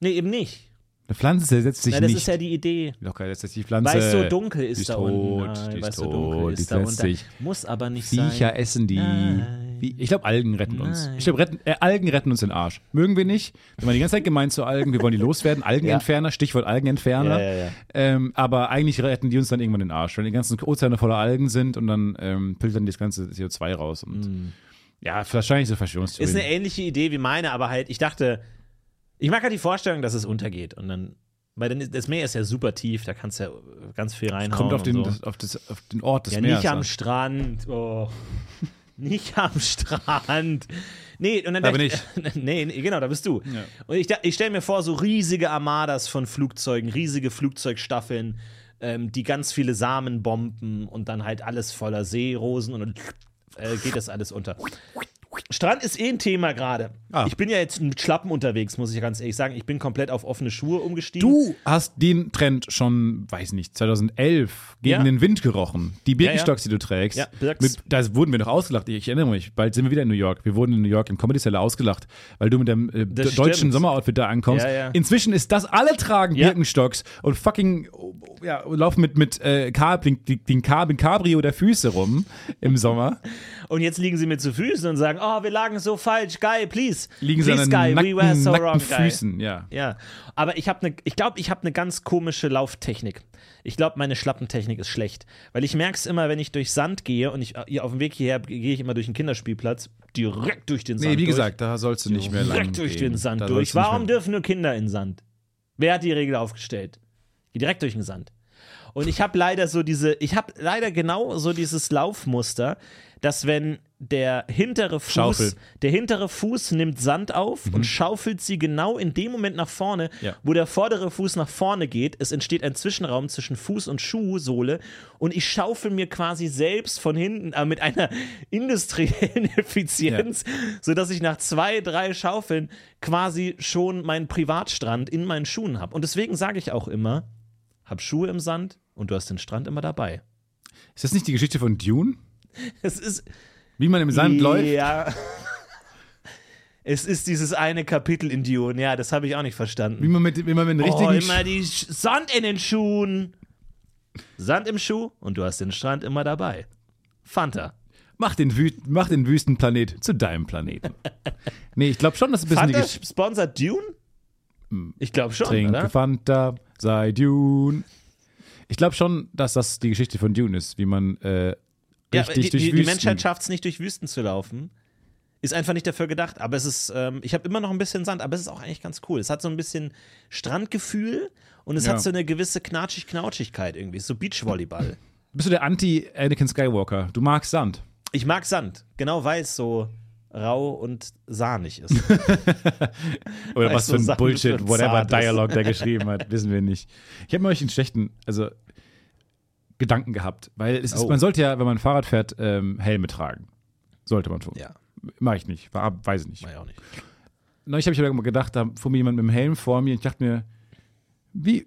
B: Nee, eben nicht.
C: Eine Pflanze zersetzt sich
B: Na, das
C: nicht.
B: ist ja die Idee.
C: Locker, das ist die Pflanze.
B: Weil es so dunkel ist,
C: die ist
B: da
C: tot,
B: unten.
C: die
B: Nein,
C: ist
B: weil es so dunkel
C: tot,
B: ist
C: die
B: da
C: setzt
B: unten.
C: sich.
B: Muss aber nicht
C: Viecher
B: sein.
C: essen die.
B: Nein.
C: Wie- Ich glaube, Algen retten uns.
B: Nein.
C: Ich glaube, retten- äh, Algen retten uns den Arsch. Mögen wir nicht. Wir waren die ganze Zeit gemein zu Algen. Wir wollen die loswerden. Algenentferner, Stichwort Algenentferner.
B: Ja, ja, ja.
C: Ähm, aber eigentlich retten die uns dann irgendwann den Arsch, wenn die ganzen Ozeane voller Algen sind und dann ähm, filtern die das ganze CO2 raus. Und Ja, wahrscheinlich so
B: Mm. Ist eine
C: Verschwörungstheorien.
B: ähnliche Idee wie meine, aber halt, ich dachte, ich mag halt die Vorstellung, dass es untergeht und dann, weil dann ist, das Meer ist ja super tief, da kannst du ja ganz viel reinhauen.
C: Kommt auf den,
B: und so.
C: das, auf, das, auf den Ort des
B: Ja,
C: Meeres
B: nicht am
C: an.
B: Strand. Oh. Nicht am Strand. Nee, und dann
C: Da
B: dachte
C: bin
B: ich. Nee, nee, genau, da bist du. Und ich, da- ich stelle mir vor, so riesige Armadas von Flugzeugen, riesige Flugzeugstaffeln, ähm, die ganz viele Samen bomben und dann halt alles voller Seerosen und dann äh, geht das alles unter. Strand ist eh ein Thema gerade.
C: Ah.
B: Ich bin ja jetzt mit Schlappen unterwegs, muss ich ganz ehrlich sagen. Ich bin komplett auf offene Schuhe umgestiegen.
C: Du hast den Trend schon, weiß nicht, 2011 gegen
B: Ja.
C: den Wind gerochen. Die Birkenstocks, die du trägst.
B: Ja, Birks.
C: mit, da wurden wir noch ausgelacht. Ich, ich erinnere mich, bald sind wir wieder in New York. Wir wurden in New York im Comedy Cellar ausgelacht, weil du mit deinem äh, d-
B: Das
C: deutschen
B: stimmt.
C: Sommeroutfit da ankommst.
B: Ja, ja.
C: Inzwischen ist das, alle tragen
B: Ja.
C: Birkenstocks und fucking oh, oh, ja, laufen mit, mit äh, Kab, den, den Kab, den Cabrio der Füße rum im Sommer.
B: Und jetzt liegen sie mir zu Füßen und sagen, oh, wir lagen so falsch, Guy, please.
C: Liegen sie
B: please,
C: an den
B: Guy,
C: nackten,
B: we were so
C: nackten
B: wrong,
C: Füßen. Ja.
B: Guy. Ja, aber ich habe eine, ich glaube, ich habe eine ganz komische Lauftechnik. Ich glaube, meine Schlappentechnik ist schlecht, weil ich merk's immer, wenn ich durch Sand gehe und ich äh, hier auf dem Weg hierher gehe ich immer durch den Kinderspielplatz direkt durch den Sand.
C: Nee, wie
B: durch,
C: gesagt, da sollst du nicht mehr lang
B: direkt durch
C: gehen.
B: den Sand
C: Da
B: durch.
C: sollst du nicht
B: Warum
C: mehr-
B: dürfen nur Kinder in Sand? Wer hat die Regel aufgestellt? Geh direkt durch den Sand. Und ich habe leider so diese, ich habe leider genau so dieses Laufmuster, dass wenn der hintere Fuß,
C: Schaufel. Mhm.
B: der hintere Fuß nimmt Sand auf und schaufelt sie genau in dem Moment nach vorne,
C: Ja.
B: wo der vordere Fuß nach vorne geht. Es entsteht ein Zwischenraum zwischen Fuß und Schuhsohle und ich schaufel mir quasi selbst von hinten äh, mit einer industriellen Effizienz, sodass ich nach zwei, drei Schaufeln quasi schon meinen Privatstrand in meinen Schuhen habe. Und deswegen sage ich auch immer, hab Schuhe im Sand und du hast den Strand immer dabei.
C: Ist das nicht die Geschichte von Dune?
B: Es ist
C: Wie man im Sand läuft?
B: Ja. Es ist dieses eine Kapitel in Dune. Ja, das habe ich auch nicht
C: Wie
B: verstanden.
C: man mit, wie man mit den richtigen.
B: oh,
C: Sch-
B: immer die Sch- Sand in den Schuhen. Sand im Schuh und du hast den Strand immer dabei. Fanta.
C: mach, den Wü mach den Wüstenplanet zu deinem Planeten. nee, ich Hm. glaube schon, dass ein bisschen die
B: Fanta
C: Geschichte
B: sponsert Dune? Ich glaube schon,
C: trinke
B: oder?
C: Fanta, sei Dune. Ich glaube schon, dass das die Geschichte von Dune ist, wie man äh,
B: Ja,
C: richtig
B: die,
C: durch
B: die, die
C: Wüsten.
B: Menschheit schafft es nicht, durch Wüsten zu laufen. Ist einfach nicht dafür gedacht. Aber es ist, ähm, ich habe immer noch ein bisschen Sand, aber es ist auch eigentlich ganz cool. Es hat so ein bisschen Strandgefühl und es
C: Ja.
B: hat so eine gewisse Knatschig-Knautschigkeit irgendwie. So Beachvolleyball.
C: Bist du der Anti-Anakin Skywalker? Du magst Sand.
B: Ich mag Sand, genau weil es so rau und sahnig ist.
C: Oder
B: Weißt
C: was
B: du,
C: für ein
B: Sand
C: Bullshit,
B: wird
C: whatever
B: zart ist.
C: Dialog der geschrieben hat, wissen wir nicht. Ich habe mir euch einen schlechten, also Gedanken gehabt, weil es ist,
B: Oh.
C: man sollte ja, wenn man Fahrrad fährt, ähm, Helme tragen. Sollte man tun.
B: ja,
C: Mach ich nicht, War- weiß ich nicht.
B: mach ich auch nicht.
C: Neulich habe ich aber gedacht, da fuhr mir jemand mit dem Helm vor mir und ich dachte mir, wie,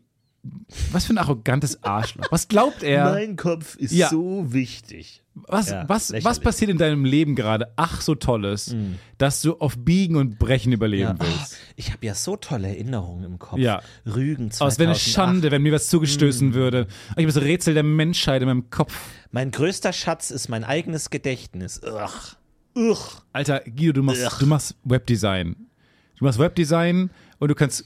C: Was für ein arrogantes Arschloch. Was glaubt er?
B: Mein Kopf ist
C: Ja.
B: so wichtig.
C: Was, was,
B: Ja,
C: was
B: lächerlich. Mm.
C: passiert in deinem Leben gerade? Ach, so Tolles, dass du auf Biegen und Brechen überleben
B: Ja. Ah,
C: willst.
B: ich habe ja so tolle Erinnerungen im Kopf.
C: Ja.
B: Rügen 2008.
C: Aus wäre eine Schande, wenn mir was zugestoßen
B: Mm.
C: würde. Ich habe das Rätsel der Menschheit in meinem Kopf.
B: Mein größter Schatz ist mein eigenes Gedächtnis. Ugh. Ugh.
C: Alter, Guido, du machst,
B: Ugh.
C: du machst Webdesign. Du machst Webdesign und du kannst,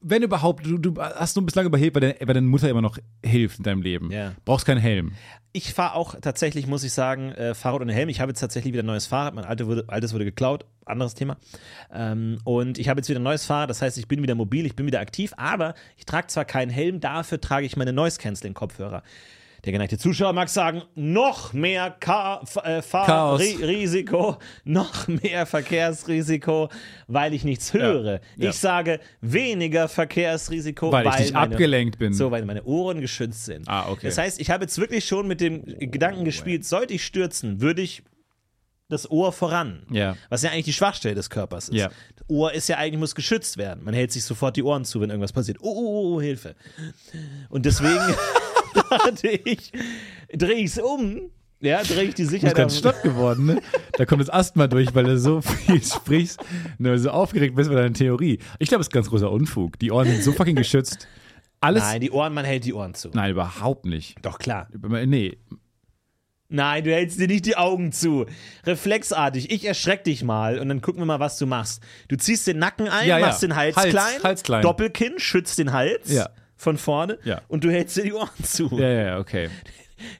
C: wenn überhaupt, du, du hast nur bislang überhebt, weil, deine- weil deine Mutter immer noch hilft in deinem Leben.
B: Ja.
C: Brauchst keinen Helm.
B: Ich fahre auch tatsächlich, muss ich sagen, äh, Fahrrad ohne Helm. Ich habe jetzt tatsächlich wieder ein neues Fahrrad. Mein alte wurde, altes wurde geklaut. Anderes Thema. Ähm, und ich habe jetzt wieder ein neues Fahrrad. Das heißt, ich bin wieder mobil, ich bin wieder aktiv. Aber ich trage zwar keinen Helm, dafür trage ich meine Noise-Canceling-Kopfhörer. Der geneigte Zuschauer mag sagen, noch mehr Ka F- äh,
C: Chaos.
B: Fahrrisiko, noch mehr Verkehrsrisiko, weil ich nichts höre.
C: ja.
B: Ich sage weniger Verkehrsrisiko,
C: Weil
B: weil,
C: ich nicht
B: meine-
C: abgelenkt bin.
B: So, weil meine Ohren geschützt sind.
C: Ah, okay. Oh,
B: Das heißt, ich habe jetzt wirklich schon mit dem Gedanken gespielt, sollte ich stürzen, würde ich das Ohr voran.
C: Ja.
B: Was ja eigentlich die Schwachstelle des Körpers ist.
C: Ja.
B: Das Ohr ist ja eigentlich, muss geschützt werden. Man hält sich sofort die Ohren zu, wenn irgendwas passiert. Oh, oh, oh Hilfe. Und deswegen dachte ich, drehe ich es um. Ja, drehe ich die
C: Du bist
B: Sicherheit
C: ganz
B: auf.
C: statt geworden, ne? Da kommt das Asthma durch, weil du so viel sprichst und weil du so aufgeregt bist bei deiner Theorie. Ich glaube, es ist ganz großer Unfug. Die Ohren sind so fucking geschützt. Alles.
B: Nein, die Ohren, man hält die Ohren zu.
C: Nein, überhaupt nicht.
B: Doch klar.
C: Nee.
B: Nein, du hältst dir nicht die Augen zu. Reflexartig. Ich erschreck dich mal und dann gucken wir mal, was du machst. Du ziehst den Nacken ein,
C: Ja, ja.
B: machst den Hals,
C: Hals,
B: klein,
C: Hals klein.
B: Doppelkinn, schützt den Hals
C: Ja.
B: von vorne
C: Ja.
B: und du hältst dir die Ohren zu.
C: Ja, ja, ja, okay.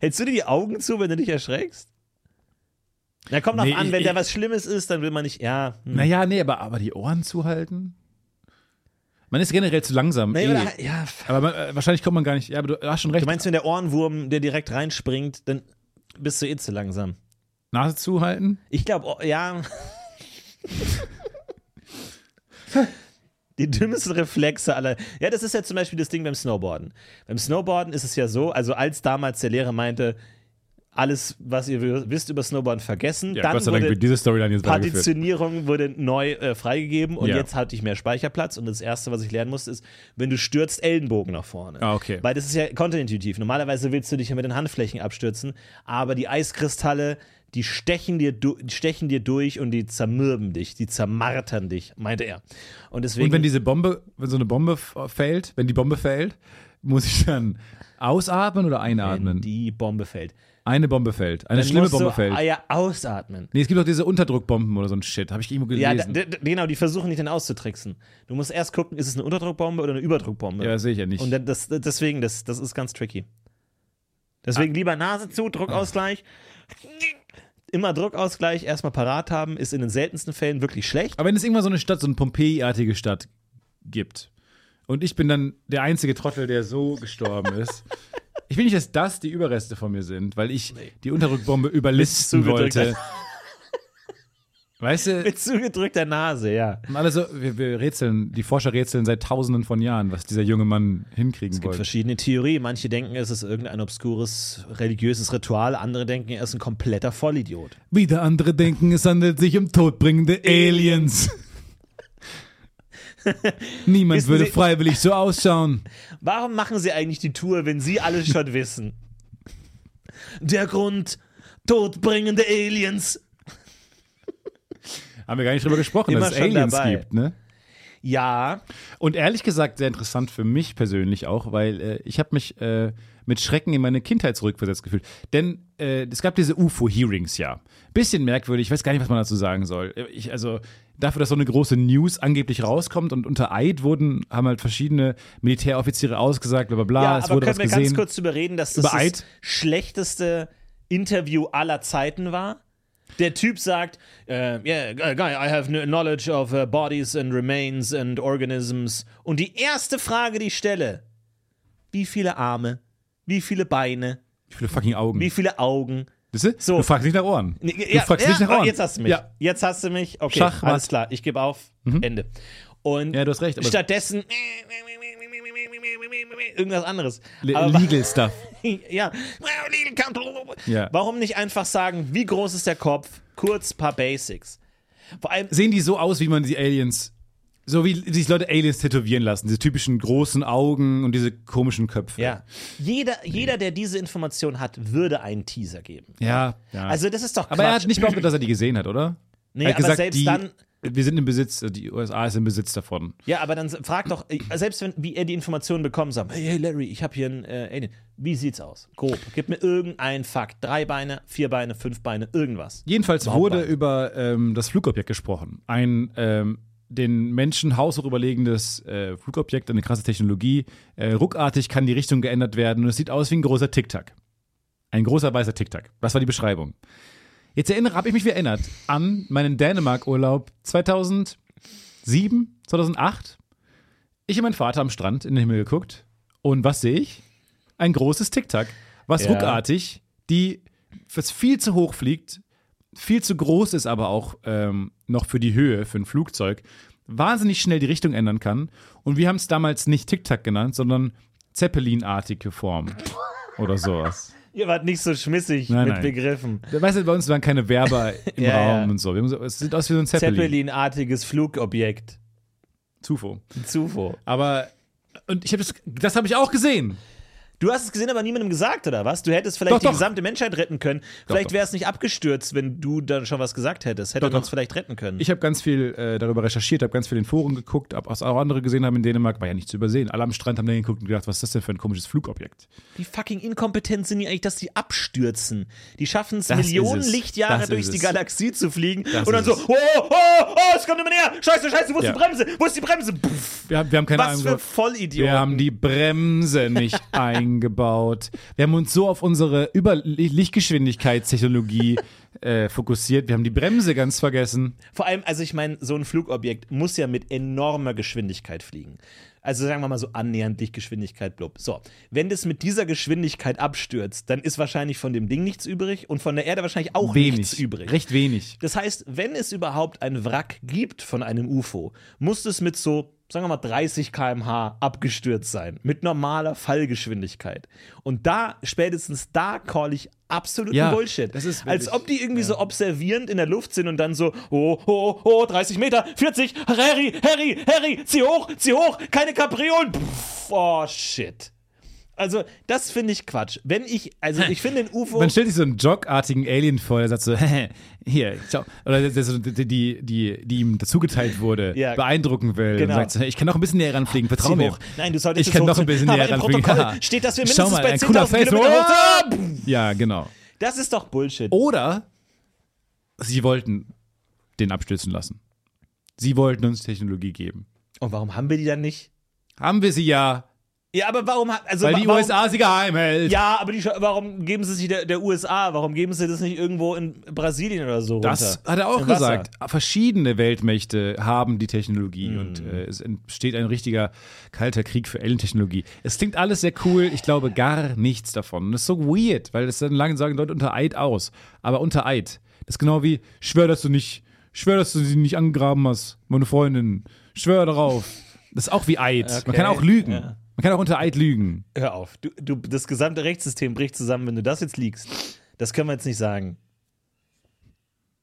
B: Hältst du dir die Augen zu, wenn du dich erschreckst? Na, kommt
C: Nee,
B: noch an, wenn
C: ich-
B: da was Schlimmes ist, dann will man nicht. Ja. hm.
C: Naja, nee, aber, aber die Ohren zuhalten? Man ist generell zu langsam.
B: Nee,
C: eh.
B: oder, ja. f-
C: Aber man, äh, wahrscheinlich kommt man gar nicht. Ja, aber du hast schon recht.
B: Du meinst, wenn der Ohrenwurm, der direkt reinspringt, dann bist du eh zu langsam.
C: Nase zuhalten?
B: Ich glaube, oh, ja. Die dümmsten Reflexe aller. Ja, das ist ja zum Beispiel das Ding beim Snowboarden. Beim Snowboarden ist es ja so, also als damals der Lehrer meinte, alles, was ihr wi- wisst über Snowboarden, vergessen.
C: Ja,
B: dann
C: Gott sei Dank
B: wurde
C: wird diese Storyline jetzt weitergeführt.
B: Partitionierung wurde neu äh, freigegeben und
C: Ja.
B: jetzt hatte ich mehr Speicherplatz. Und das Erste, was ich lernen musste, ist, wenn du stürzt, Ellenbogen nach vorne.
C: Ah, okay.
B: Weil das ist ja kontraintuitiv. Normalerweise willst du dich ja mit den Handflächen abstürzen, aber die Eiskristalle, die stechen dir, du die stechen dir durch und die zermürben dich, die zermartern dich, meinte er. Und deswegen.
C: Und wenn diese Bombe, wenn so eine Bombe f- fällt, wenn die Bombe fällt, muss ich dann ausatmen oder
B: wenn
C: einatmen?
B: die Bombe fällt.
C: Eine Bombe fällt. Eine
B: Dann
C: schlimme
B: musst
C: Bombe
B: du,
C: fällt.
B: Ah, ja, ausatmen.
C: Nee, es gibt doch diese Unterdruckbomben oder so ein Shit. Habe ich irgendwo
B: Ja,
C: gelesen.
B: da, da, genau, die versuchen dich dann auszutricksen. Du musst erst gucken, ist es eine Unterdruckbombe oder eine Überdruckbombe.
C: Ja, das sehe ich ja nicht.
B: Und dann das, deswegen, das, das ist ganz tricky. Deswegen lieber Nase zu, Druckausgleich. Immer Druckausgleich erstmal parat haben, ist in den seltensten Fällen wirklich schlecht.
C: Aber wenn es irgendwann so eine Stadt, so eine Pompeji-artige Stadt gibt und ich bin dann der einzige Trottel, der so gestorben ist. Ich will nicht, dass das die Überreste von mir sind, weil ich die Unterdruckbombe überlisten
B: Zugedrückt.
C: wollte. Weißt du,
B: Mit zugedrückter Nase, ja.
C: und alle so, wir, wir rätseln, die Forscher rätseln seit tausenden von Jahren, was dieser junge Mann hinkriegen
B: gibt
C: wollte.
B: verschiedene Theorien. Manche denken, es ist irgendein obskures religiöses Ritual, andere denken, er ist ein kompletter Vollidiot.
C: Wieder andere denken, es handelt sich um todbringende Aliens. Niemand
B: Wissen
C: würde
B: Sie-
C: freiwillig so ausschauen.
B: Warum machen sie eigentlich die Tour, wenn sie alles schon wissen? Der Grund, todbringende Aliens.
C: Haben wir gar nicht drüber gesprochen,
B: Immer
C: dass es
B: schon
C: Aliens
B: dabei.
C: gibt, ne?
B: Ja,
C: Und ehrlich gesagt sehr interessant für mich persönlich auch, weil äh, ich habe mich äh, mit Schrecken in meine Kindheit zurückversetzt gefühlt. Denn äh, es gab diese UFO-Hearings ja. Bisschen merkwürdig, ich weiß gar nicht, was man dazu sagen soll. Ich, also dafür, dass so eine große News angeblich rauskommt und unter Eid wurden, haben halt verschiedene Militäroffiziere ausgesagt, bla bla bla,
B: ja
C: Ah, es
B: aber
C: wurde was
B: können wir
C: gesehen.
B: ganz kurz drüber reden, dass das
C: Über Eid?
B: das schlechteste Interview aller Zeiten war? Der Typ sagt, äh, yeah, guy, I have kn- knowledge of uh, bodies and remains and organisms. Und die erste Frage, die ich stelle, wie viele Arme, wie viele Beine,
C: Wie viele fucking Augen.
B: wie viele Augen?
C: Siehst du?
B: So.
C: du fragst nicht nach Ohren.
B: Nee,
C: du
B: ja,
C: fragst
B: ja,
C: nicht nach
B: oh,
C: Ohren.
B: Jetzt hast du mich.
C: Ja.
B: Jetzt hast du mich. Okay,
C: Schach,
B: alles
C: was? Mhm.
B: klar. Ich gebe auf. Ende. Und
C: Ja, du hast recht, aber-
B: stattdessen irgendwas anderes.
C: Le-
B: Aber-
C: Legal Stuff.
B: ja.
C: Ja.
B: Warum nicht einfach sagen, wie groß ist der Kopf? Kurz paar Basics. Vor allem
C: Sehen die so aus, wie man die Aliens So wie sich Leute Aliens tätowieren lassen, diese typischen großen Augen und diese komischen Köpfe.
B: Ja. Jeder, jeder, der diese Information hat, würde einen Teaser geben.
C: Ja. ja.
B: Also das ist doch Quatsch.
C: aber er hat nicht behauptet, dass er die gesehen hat, oder?
B: Nee,
C: er hat
B: aber selbst
C: die,
B: dann-
C: Wir sind im Besitz, also die USA ist im Besitz davon.
B: ja, aber dann frag doch, äh, selbst wenn wie er die Informationen bekommen sagt, hey, hey Larry, ich habe hier einen äh, Alien. Wie sieht's aus? Grob. Gib mir irgendeinen Fakt. Drei Beine, vier Beine, fünf Beine, irgendwas.
C: Jedenfalls wurde
B: Bauchbein.
C: über ähm, das Flugobjekt gesprochen. Ein ähm, den Menschen haushoch überlegendes äh, Flugobjekt, eine krasse Technologie. Äh, ruckartig kann die Richtung geändert werden und es sieht aus wie ein großer Tic-Tac. Ein großer weißer Tic-Tac. Das war die Beschreibung. Jetzt erinnere, habe ich mich wieder erinnert an meinen Dänemark-Urlaub 2007, 2008. Ich und mein Vater am Strand in den Himmel geguckt und was sehe ich? Ein großes Tic-Tac, was
B: Ja.
C: ruckartig, die was viel zu hoch fliegt, viel zu groß ist, aber auch ähm, noch für die Höhe, für ein Flugzeug, wahnsinnig schnell die Richtung ändern kann. Und wir haben es damals nicht Tic-Tac genannt, sondern Zeppelin-artige Form. Oder sowas.
B: Ihr wart nicht so schmissig
C: Nein,
B: mit
C: nein.
B: Begriffen.
C: Weißt du, bei uns waren keine Werber im
B: Ja,
C: Raum
B: ja.
C: und so. Wir haben so. Es sieht aus wie so ein Zeppelin. Zeppelin.
B: Zeppelin-artiges Flugobjekt.
C: Zufo.
B: Zufo.
C: Aber, und ich habe das, das habe ich auch gesehen.
B: Du hast es gesehen, aber niemandem gesagt, oder was? Du hättest vielleicht
C: Doch,
B: die
C: doch.
B: gesamte Menschheit retten können.
C: doch.
B: Vielleicht wäre es nicht abgestürzt, wenn du dann schon was gesagt hättest. Hätte
C: Doch,
B: man es
C: doch.
B: vielleicht retten können.
C: Ich habe ganz viel äh, darüber recherchiert, habe ganz viel in Foren geguckt, habe auch andere gesehen haben in Dänemark, war ja nicht zu übersehen. Alle am Strand haben dann geguckt und gedacht, was ist das denn für ein komisches Flugobjekt?
B: Wie fucking inkompetent sind die eigentlich, dass die abstürzen? Die schaffen es
C: Das ist
B: Millionen
C: es.
B: Lichtjahre
C: Das
B: durch
C: ist
B: die
C: es.
B: Galaxie zu fliegen
C: Das
B: und dann
C: ist
B: so,
C: es.
B: oh, oh, oh, es kommt immer näher. Scheiße, scheiße, wo ist
C: Ja.
B: die Bremse? Wo ist die Bremse? Pff,
C: Wir haben, wir haben keine
B: was
C: Ahnung.
B: für
C: gehabt. wir
B: Vollidioten.
C: haben die Bremse nicht eingebaut. Wir haben uns so auf unsere Über Lichtgeschwindigkeitstechnologie äh, fokussiert. Wir haben die Bremse ganz vergessen.
B: Vor allem, also ich meine, so ein Flugobjekt muss ja mit enormer Geschwindigkeit fliegen. Also sagen wir mal so annähernd Lichtgeschwindigkeit, blub. So, wenn das mit dieser Geschwindigkeit abstürzt, dann ist wahrscheinlich von dem Ding nichts übrig und von der Erde wahrscheinlich auch nichts
C: Wenig.
B: übrig.
C: Recht wenig.
B: Das heißt, wenn es überhaupt ein Wrack gibt von einem UFO, muss es mit so, sagen wir mal, 30 km/h abgestürzt sein. Mit normaler Fallgeschwindigkeit. Und da, spätestens da, call ich absoluten
C: Ja,
B: Bullshit.
C: das ist
B: Als
C: wirklich-
B: ob die irgendwie so observierend in der Luft sind und dann so, oh, oh, oh, 30 Meter, 40, Harry, Harry, Harry, zieh hoch, zieh hoch, keine Kapriolen. Pff, oh, shit. Also, das finde ich Quatsch. Wenn ich, also ich finde den UFO.
C: Man stellt sich so einen jogartigen Alien vor, der sagt so, hier, ciao. Oder der- der so- die, die, die, die ihm dazugeteilt wurde,
B: Ja.
C: beeindrucken will.
B: Genau.
C: Und sagt so, ich kann noch ein bisschen näher ranfliegen, vertrau
B: Zieh
C: mir.
B: hoch. Nein, du solltest
C: Ich kann
B: es
C: noch ein bisschen
B: hochziehen.
C: näher
B: Aber Ah, im
C: ranfliegen.
B: Protokoll
C: Haha.
B: steht, dass wir
C: Schau
B: mindestens
C: mal,
B: bei
C: ein cooler
B: 10.000
C: Face.
B: Kilometer hoch
C: Oh! Ja, genau.
B: Das ist doch Bullshit.
C: Oder sie wollten den abstürzen lassen. Sie wollten uns Technologie geben.
B: Und warum haben wir die dann nicht?
C: Haben wir sie ja,
B: Ja, aber warum hat also
C: weil
B: wa-
C: die
B: warum,
C: USA sie geheim hält.
B: Ja, aber die, Scha- warum geben sie es nicht der, der USA? Warum geben sie das nicht irgendwo in Brasilien oder so
C: Das
B: runter?
C: hat er auch
B: Im
C: gesagt. Verschiedene Weltmächte haben die Technologie
B: Hm.
C: und äh, es entsteht ein richtiger kalter Krieg für Alien-Technologie. Es klingt alles sehr cool, ich glaube gar nichts davon. Und das ist so weird, weil das dann lange sagen Leute unter Eid aus. Aber unter Eid. Das ist genau wie, schwör, dass du nicht, schwör, dass du sie nicht angegraben hast, meine Freundin. Schwör darauf. Das ist auch wie Eid. Man
B: Okay,
C: kann auch lügen.
B: ja.
C: Man kann auch unter Eid lügen.
B: Hör auf. Du, du, das gesamte Rechtssystem bricht zusammen, wenn du das jetzt liegst. Das können wir jetzt nicht sagen.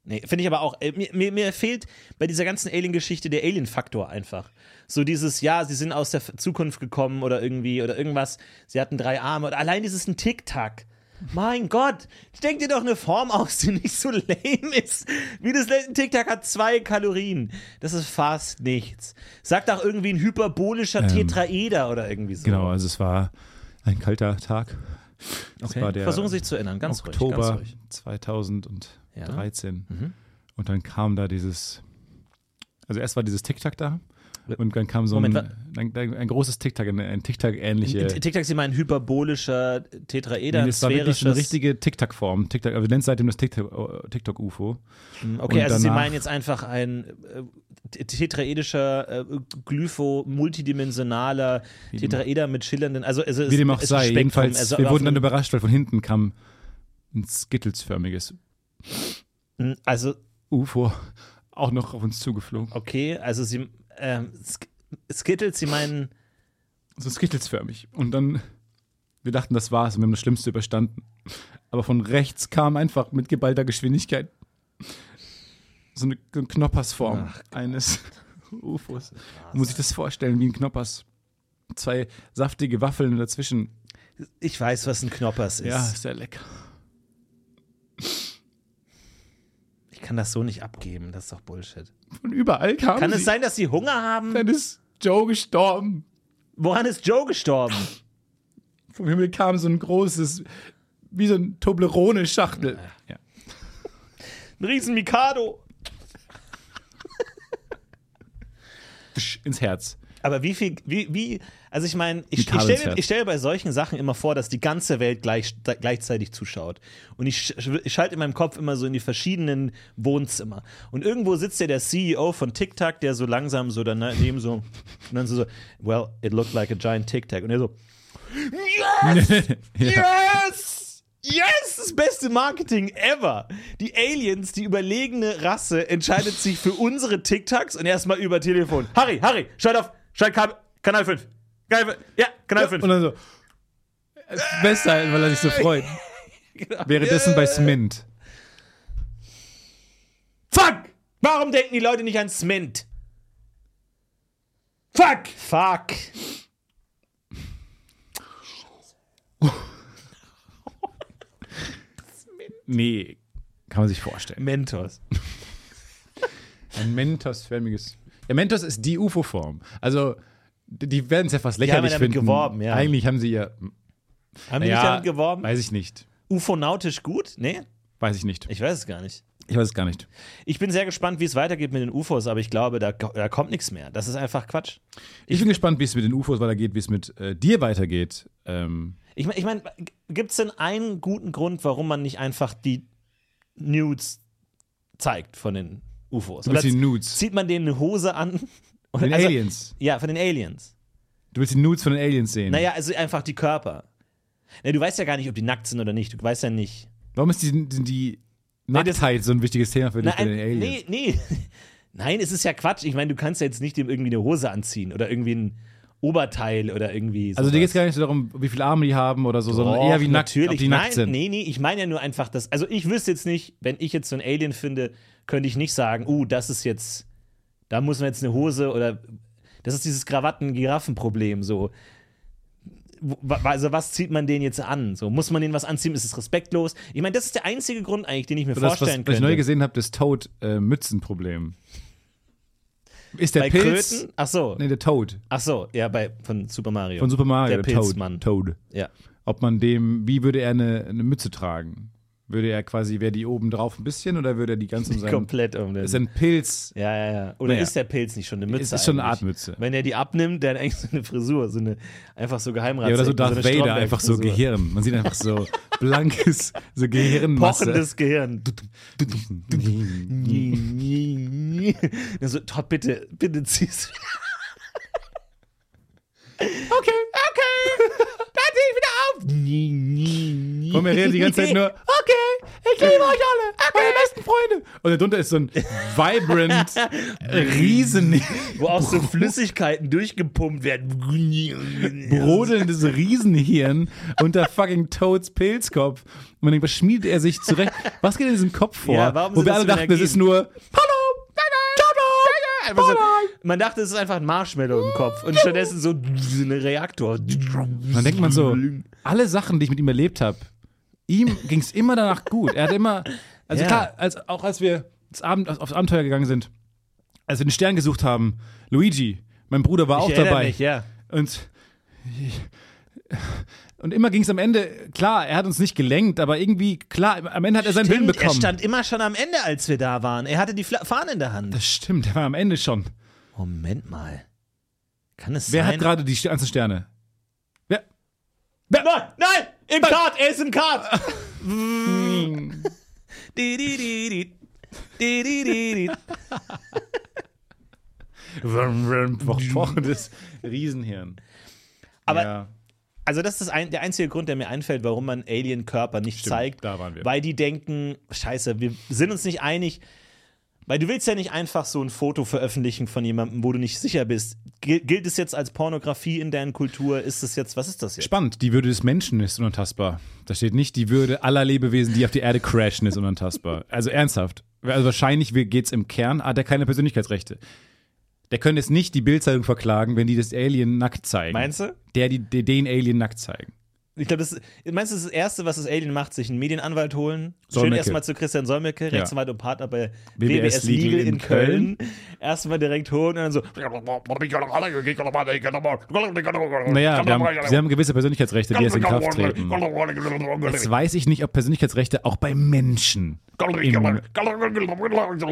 B: Nee, finde ich aber auch. äh, Mir, mir, mir fehlt bei dieser ganzen Alien-Geschichte der Alien-Faktor einfach. So dieses, ja, sie sind aus der F- Zukunft gekommen oder irgendwie oder irgendwas. Sie hatten drei Arme oder allein dieses ein Tic-Tac. Mein Gott, denk dir doch eine Form aus, die nicht so lame ist. Wie das letzte Tic-Tac hat zwei Kalorien. Das ist fast nichts. Sag doch irgendwie ein hyperbolischer Tetraeder oder irgendwie so.
C: Genau, also es war ein kalter Tag. Es
B: Okay.
C: war der-
B: Versuchen Sie sich zu erinnern, ganz ruhig.
C: Oktober
B: Ganz ruhig. Mhm.
C: 2013. Und dann kam da dieses, also erst war dieses Tic-Tac da und dann kam so
B: Moment,
C: ein, ein, ein großes Tic-Tac, ein, ein
B: In-
C: Tic-Tac-ähnliche.
B: in Tic-Tac sind mein hyperbolischer Tetraeder,
C: äh, Nee,
B: ein
C: das war wirklich so eine
B: sphärisches.
C: richtige Tic-Tac-Form. Tic-Tac, aber wir nennen es seitdem das Tic-Tac- äh, TikTok-UFO.
B: okay,
C: und
B: also Sie
C: danach-
B: meinen jetzt einfach ein äh, tetraedischer, äh, glypho-multidimensionaler Tetraeder mit schillernden, also, also es,
C: Wie dem auch
B: es ist ein
C: sei,
B: Spektrum,
C: jedenfalls,
B: also
C: wir
B: auf
C: wurden dann
B: einem-
C: überrascht, weil von hinten kam ein skittelsförmiges
B: also
C: UFO auch noch auf uns zugeflogen.
B: okay, also Sie ähm, Sk- Skittles, Sie meinen
C: so skittelsförmig. Und dann, wir dachten, das war's und wir haben das Schlimmste überstanden. Aber von rechts kam einfach mit geballter Geschwindigkeit so eine, so eine Knoppersform eines UFOs. Muss ich das vorstellen, wie ein Knoppers. Zwei saftige Waffeln dazwischen.
B: Ich weiß, was ein Knoppers ist.
C: Ja, sehr lecker.
B: Ich kann das so nicht abgeben. Das ist doch Bullshit.
C: Von überall kam
B: Kann
C: sie.
B: es sein, dass sie Hunger haben?
C: Dann ist Joe gestorben.
B: Woran ist Joe gestorben?
C: Vom Himmel kam so ein großes, wie so ein Toblerone-Schachtel. Ja.
B: Ein riesen Mikado.
C: Psch, Ins Herz.
B: Aber wie viel, wie, wie, also ich meine, ich, ich
C: Kabel ins
B: stelle
C: Herz.
B: ich stell bei solchen Sachen immer vor, dass die ganze Welt gleich, gleichzeitig zuschaut. Und ich, sch- ich schalte in meinem Kopf immer so in die verschiedenen Wohnzimmer. Und irgendwo sitzt ja der CEO von Tic Tac, der so langsam so daneben so, und dann so, so well, it looked like a giant Tic Tac. Und er so, Yes! Yes! Das beste Marketing ever! Die Aliens, die überlegene Rasse, entscheidet sich für unsere Tic-Tacs und erstmal über Telefon. Harry, Harry, schalt auf, schalt Kabel, Kanal 5. Kanal 5. Ja, Kanal 5.
C: Und dann so. äh, Festhalten, weil er sich so freut.
B: Genau.
C: Währenddessen bei Smint.
B: Fuck! Warum denken die Leute nicht an Smint? Fuck! Fuck!
C: Nee, kann man sich vorstellen.
B: Mentos.
C: Ein Mentos-förmiges. Ja, Mentos ist die UFO-Form. Also, die- die werden es ja fast
B: haben ja
C: lächerlich
B: damit
C: finden.
B: geworben, ja.
C: Eigentlich haben sie ja.
B: Haben die
C: ja,
B: nicht damit geworben?
C: Weiß ich nicht.
B: Ufonautisch gut? Nee?
C: Weiß ich nicht.
B: Ich weiß es gar nicht.
C: Ich weiß es gar nicht.
B: Ich bin sehr gespannt, wie es weitergeht mit den UFOs, aber ich glaube, da, da kommt nichts mehr. Das ist einfach Quatsch.
C: Ich bin gespannt, wie es mit den UFOs weitergeht, wie es mit äh, dir weitergeht. Ähm,
B: Ich meine, ich mein, gibt es denn einen guten Grund, warum man nicht einfach die Nudes zeigt von den UFOs?
C: du willst
B: Oder
C: die Nudes.
B: Zieht man denen eine Hose an? Oder-
C: Den
B: also-
C: Aliens.
B: Ja, von den Aliens.
C: Du willst die Nudes von den Aliens sehen.
B: Naja, also einfach die Körper. Nee, du weißt ja gar nicht, ob die nackt sind oder nicht. Du weißt ja nicht.
C: Warum ist die, die, die
B: das-
C: Nacktheit so ein wichtiges Thema für dich bei den Aliens?
B: nee, nee. Nein, es ist ja Quatsch. Ich meine, du kannst ja jetzt nicht dem irgendwie eine Hose anziehen oder irgendwie ein Oberteil oder irgendwie.
C: Also dir
B: sowas.
C: geht es gar nicht so darum, wie viele Arme die haben oder so, sondern
B: Och,
C: eher wie nackt,
B: natürlich.
C: ob die
B: Nein,
C: nackt sind.
B: Nee, nee, ich meine ja nur einfach, dass. Also ich wüsste jetzt nicht, wenn ich jetzt so ein Alien finde, könnte ich nicht sagen, uh, das ist jetzt. Da muss man jetzt eine Hose oder. Das ist dieses Krawatten-Giraffen-Problem so. Wo- wa- Also, was zieht man denen jetzt an? So, muss man denen was anziehen? Ist es respektlos? Ich meine, das ist der einzige Grund eigentlich, den ich mir
C: Oder das, was,
B: vorstellen
C: was ich neu
B: könnte.
C: gesehen habe, das Toad-Mützen-Problem. ist der
B: Bei
C: Pilz?
B: Kröten? Ach so.
C: Nee, der Toad
B: Ach so, ja, bei, von Super Mario.
C: von Super Mario.
B: Der
C: Toad.
B: Pilzmann.
C: Toad.
B: Ja.
C: Ob man dem, wie würde er eine, eine Mütze tragen? Würde er quasi, wäre die oben drauf ein bisschen oder würde er die ganz um seinen...
B: Komplett um den.
C: Das ist ein Pilz.
B: Ja, ja, ja. Oder
C: Naja.
B: ist der Pilz nicht schon eine Mütze?
C: Es ist schon eine
B: eigentlich?
C: Art Mütze.
B: Wenn er die abnimmt, dann eigentlich so eine Frisur, so eine einfach so Geheimrat.
C: Ja, oder so Darth
B: eine
C: Vader,
B: Stromberg-Frisur.
C: einfach so Gehirn. Man sieht einfach so blankes, so Gehirnmasse.
B: Pochendes Gehirn. Dann so, Also, Todd, bitte, bitte zieh's. Okay, okay. Dann zieh ich wieder auf.
C: Und wir reden die ganze Zeit nur, okay, ich liebe euch alle, meine besten Freunde. Und darunter ist so ein vibrant, riesen,
B: Wo auch so Flüssigkeiten durchgepumpt werden.
C: brodelndes Riesenhirn unter fucking Toads Pilzkopf. Und man denkt, was schmiedet er sich zurecht? Was geht in diesem Kopf vor?
B: Ja, warum
C: Wo
B: sind
C: wir
B: das
C: alle
B: so
C: dachten, das ist
B: Energien?
C: nur, hallo, ciao, ciao,
B: Einfach so,
C: bye bye.
B: man dachte, es ist einfach ein Marshmallow im Kopf und stattdessen so ein Reaktor.
C: Und dann denkt man so, alle Sachen, die ich mit ihm erlebt habe, ihm ging es immer danach gut. Er hat immer, also
B: Ja.
C: klar, als, auch als wir das Abend, aufs Abenteuer gegangen sind, als wir den Stern gesucht haben, Luigi, mein Bruder, war
B: Ich
C: auch
B: erinnere
C: dabei.
B: Mich, ja.
C: Und, und immer ging es am Ende, klar, er hat uns nicht gelenkt, aber irgendwie, klar, am Ende hat er seinen Willen
B: Stimmt, er
C: bekommen.
B: stand immer schon am Ende, als wir da waren. Er hatte die Fla Fahne in der Hand.
C: das stimmt, er war am Ende schon.
B: Moment mal. Kann es
C: Wer
B: sein?
C: hat gerade die ganzen Sterne? Wer?
B: Nein, nein! Im Kart! Er ist im Kart! Di, di, di, di. Di, di, di, di.
C: Wochenendes Riesenhirn.
B: Aber
C: ja.
B: Also das ist ein, der einzige Grund, der mir einfällt, warum man Alien-Körper nicht
C: Stimmt,
B: zeigt.
C: da waren wir.
B: Weil die denken, scheiße, wir sind uns nicht einig. Weil du willst ja nicht einfach so ein Foto veröffentlichen von jemandem, wo du nicht sicher bist. Gil- gilt es jetzt als Pornografie in deren Kultur? Ist es jetzt, was ist das jetzt?
C: Spannend, die Würde des Menschen ist unantastbar. Da steht nicht, die Würde aller Lebewesen, die auf die Erde crashen, ist unantastbar. Also ernsthaft. Also wahrscheinlich geht es im Kern, hat er keine Persönlichkeitsrechte. der könnte jetzt nicht die Bildzeitung verklagen, wenn die das Alien nackt zeigen.
B: Meinst du?
C: Der, die, der den Alien nackt zeigen.
B: Ich glaube, das meinst du, das, ist das Erste, was das Alien macht, sich einen Medienanwalt holen? Schön
C: Solmecke.
B: erstmal zu Christian Solmecke, Rechtsanwalt und um Partner bei
C: BBS
B: BBS Legal,
C: Legal in
B: in Köln. Erstmal direkt holen und dann so,
C: Naja, wir haben, sie haben gewisse Persönlichkeitsrechte, die erst in Kraft treten. Jetzt weiß ich nicht, ob Persönlichkeitsrechte auch bei Menschen. Im,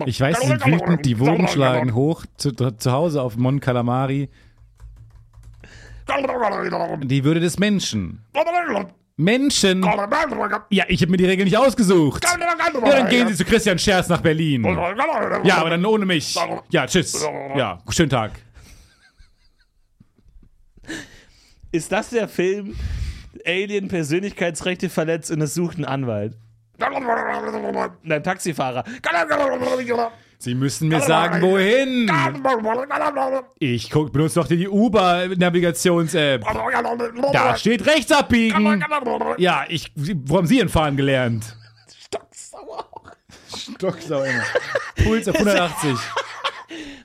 C: ich weiß, sie sind wütend, die Wogen schlagen hoch, zu, zu Hause auf Mon Calamari. Die Würde des Menschen. Menschen! Ja, ich habe mir die Regel nicht ausgesucht. Ja, dann gehen Sie zu Christian Scherz nach Berlin. Ja, aber dann ohne mich. Ja, tschüss. Ja, schönen Tag.
B: ist das der Film? Alien Persönlichkeitsrechte verletzt und es sucht einen Anwalt. Nein, Taxifahrer.
C: Sie müssen mir sagen, wohin. Ich guck, benutze doch die die Uber-Navigations-App. Da steht rechts abbiegen. Ja, ich, wo haben Sie denn fahren gelernt? Stocksauer. Puls auf 180.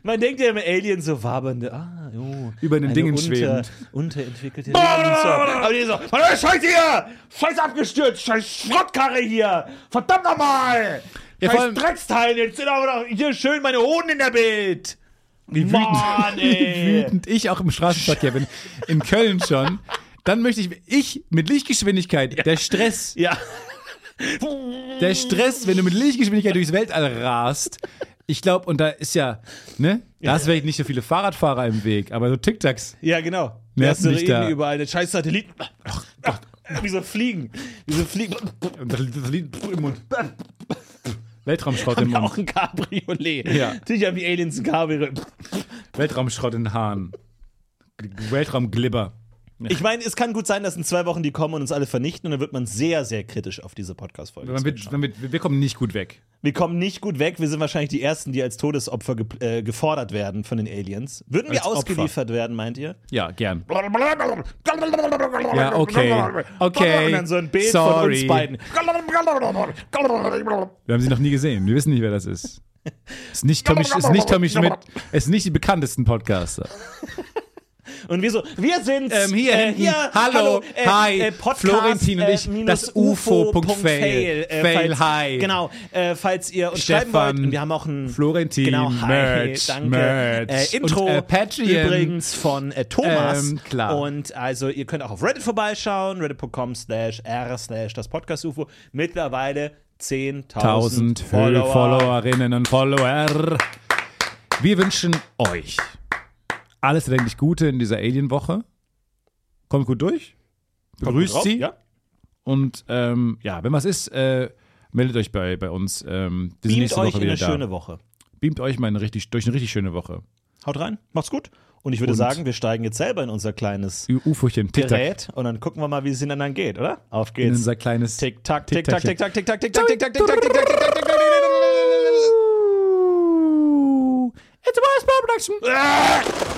B: Man denkt ja immer Alien so wabernde, ah, jo.
C: Über den
B: eine
C: Dingen
B: unter,
C: schwebend.
B: Unterentwickelte Lebensform. Aber die so, "Verdammt, Scheiße hier! Scheiß abgestürzt! Scheiß Schrottkarre hier! Verdammt nochmal!
C: Ja, vor
B: Scheiß
C: allem-
B: Drecksteil! Jetzt sind aber noch hier schön meine Hoden in der Bild!
C: Wie wütend,
B: Mann,
C: wie
B: ey.
C: wütend ich auch im Straßenverkehr bin. In Köln schon. Dann möchte ich, ich mit Lichtgeschwindigkeit, der Stress,
B: Ja.
C: Der Stress, wenn du mit Lichtgeschwindigkeit durchs Weltall rast. Ich glaube, und da ist ja, ne? Da hast du vielleicht nicht so viele Fahrradfahrer im Weg, aber so Tic-Tacs.
B: Ja, genau.
C: Nervt
B: Erste
C: mich
B: Reden
C: da.
B: überall, der scheiß Satelliten. Wie so Fliegen. Wie so Fliegen.
C: Und das liegt im Mund. Weltraumschrott im
B: Haben ja auch
C: Mund.
B: ein Cabriolet.
C: Ja.
B: Natürlich haben die Aliens ein Cabriolet.
C: Weltraumschrott in den Haaren. G- Weltraumglibber.
B: Ich meine, es kann gut sein, dass in zwei Wochen die kommen und uns alle vernichten und dann wird man sehr, sehr kritisch auf diese Podcast-Folge.
C: Man wird,
B: zurückschauen.
C: man wird, wir kommen nicht gut weg.
B: Wir kommen nicht gut weg. Wir sind wahrscheinlich die Ersten, die als Todesopfer ge äh, gefordert werden von den Aliens. Würden wir
C: Als Opfer.
B: ausgeliefert werden, meint ihr?
C: Ja, gern.
A: Ja,
C: Ja, okay.
B: Und
C: Okay.
B: dann so ein Bild von uns beiden.
C: Wir haben sie noch nie gesehen. Wir wissen nicht, wer das ist. Ist nicht Tommy, ist nicht Tommy Schmidt. Es sind nicht die bekanntesten Podcaster.
B: Und wir so, wir sind's.
C: Ähm, hier
B: äh,
C: hinten.
B: hier,
C: hallo,
B: äh,
C: hi,
B: äh, Podcast,
C: Florentin und
B: äh,
C: ich,
B: minus
C: das UFO. fail,
B: äh,
C: fail,
B: falls,
C: hi.
B: Genau, äh, falls ihr uns
C: Stefan,
B: schreiben wollt, und wir haben auch ein
C: Florentin,
B: genau, hi,
C: Merch,
B: danke,
C: Merch.
B: Äh, Intro
C: Und, äh, Patreon.
B: übrigens von äh, Thomas.
C: Ähm, klar.
B: Und also ihr könnt auch auf Reddit vorbeischauen, reddit.com slash r slash das Podcast UFO. Mittlerweile 10.000
C: 1000 Follower.
B: Follower.
C: Followerinnen und Follower. Wir wünschen euch alles erdenklich Gute in dieser Alien-Woche. Kommt gut durch. Begrüßt
B: Drauf?
C: sie.
B: Ja.
C: Und ähm, ja, wenn was ist, äh, meldet euch bei, bei uns. Ähm, wir sind
B: Beamt
C: nächste
B: euch
C: Woche
B: in
C: wieder
B: eine
C: da.
B: schöne Woche.
C: Beamt euch mal eine richtig, durch eine richtig schöne Woche.
B: Haut rein, macht's gut. Und ich würde sagen, wir steigen jetzt selber in unser kleines
C: Ufochen, Tic-Tac.
B: Gerät und dann gucken wir mal, wie es ihnen dann geht, oder? Auf
C: In
B: geht's.
C: unser kleines
B: Tick tack, tick
C: Tic-Tac.
B: tack, tick tack, tick tack, tick tack, tick tack, tick tack, tick tack, tick tack, tick tack.
C: It's a Wise Production.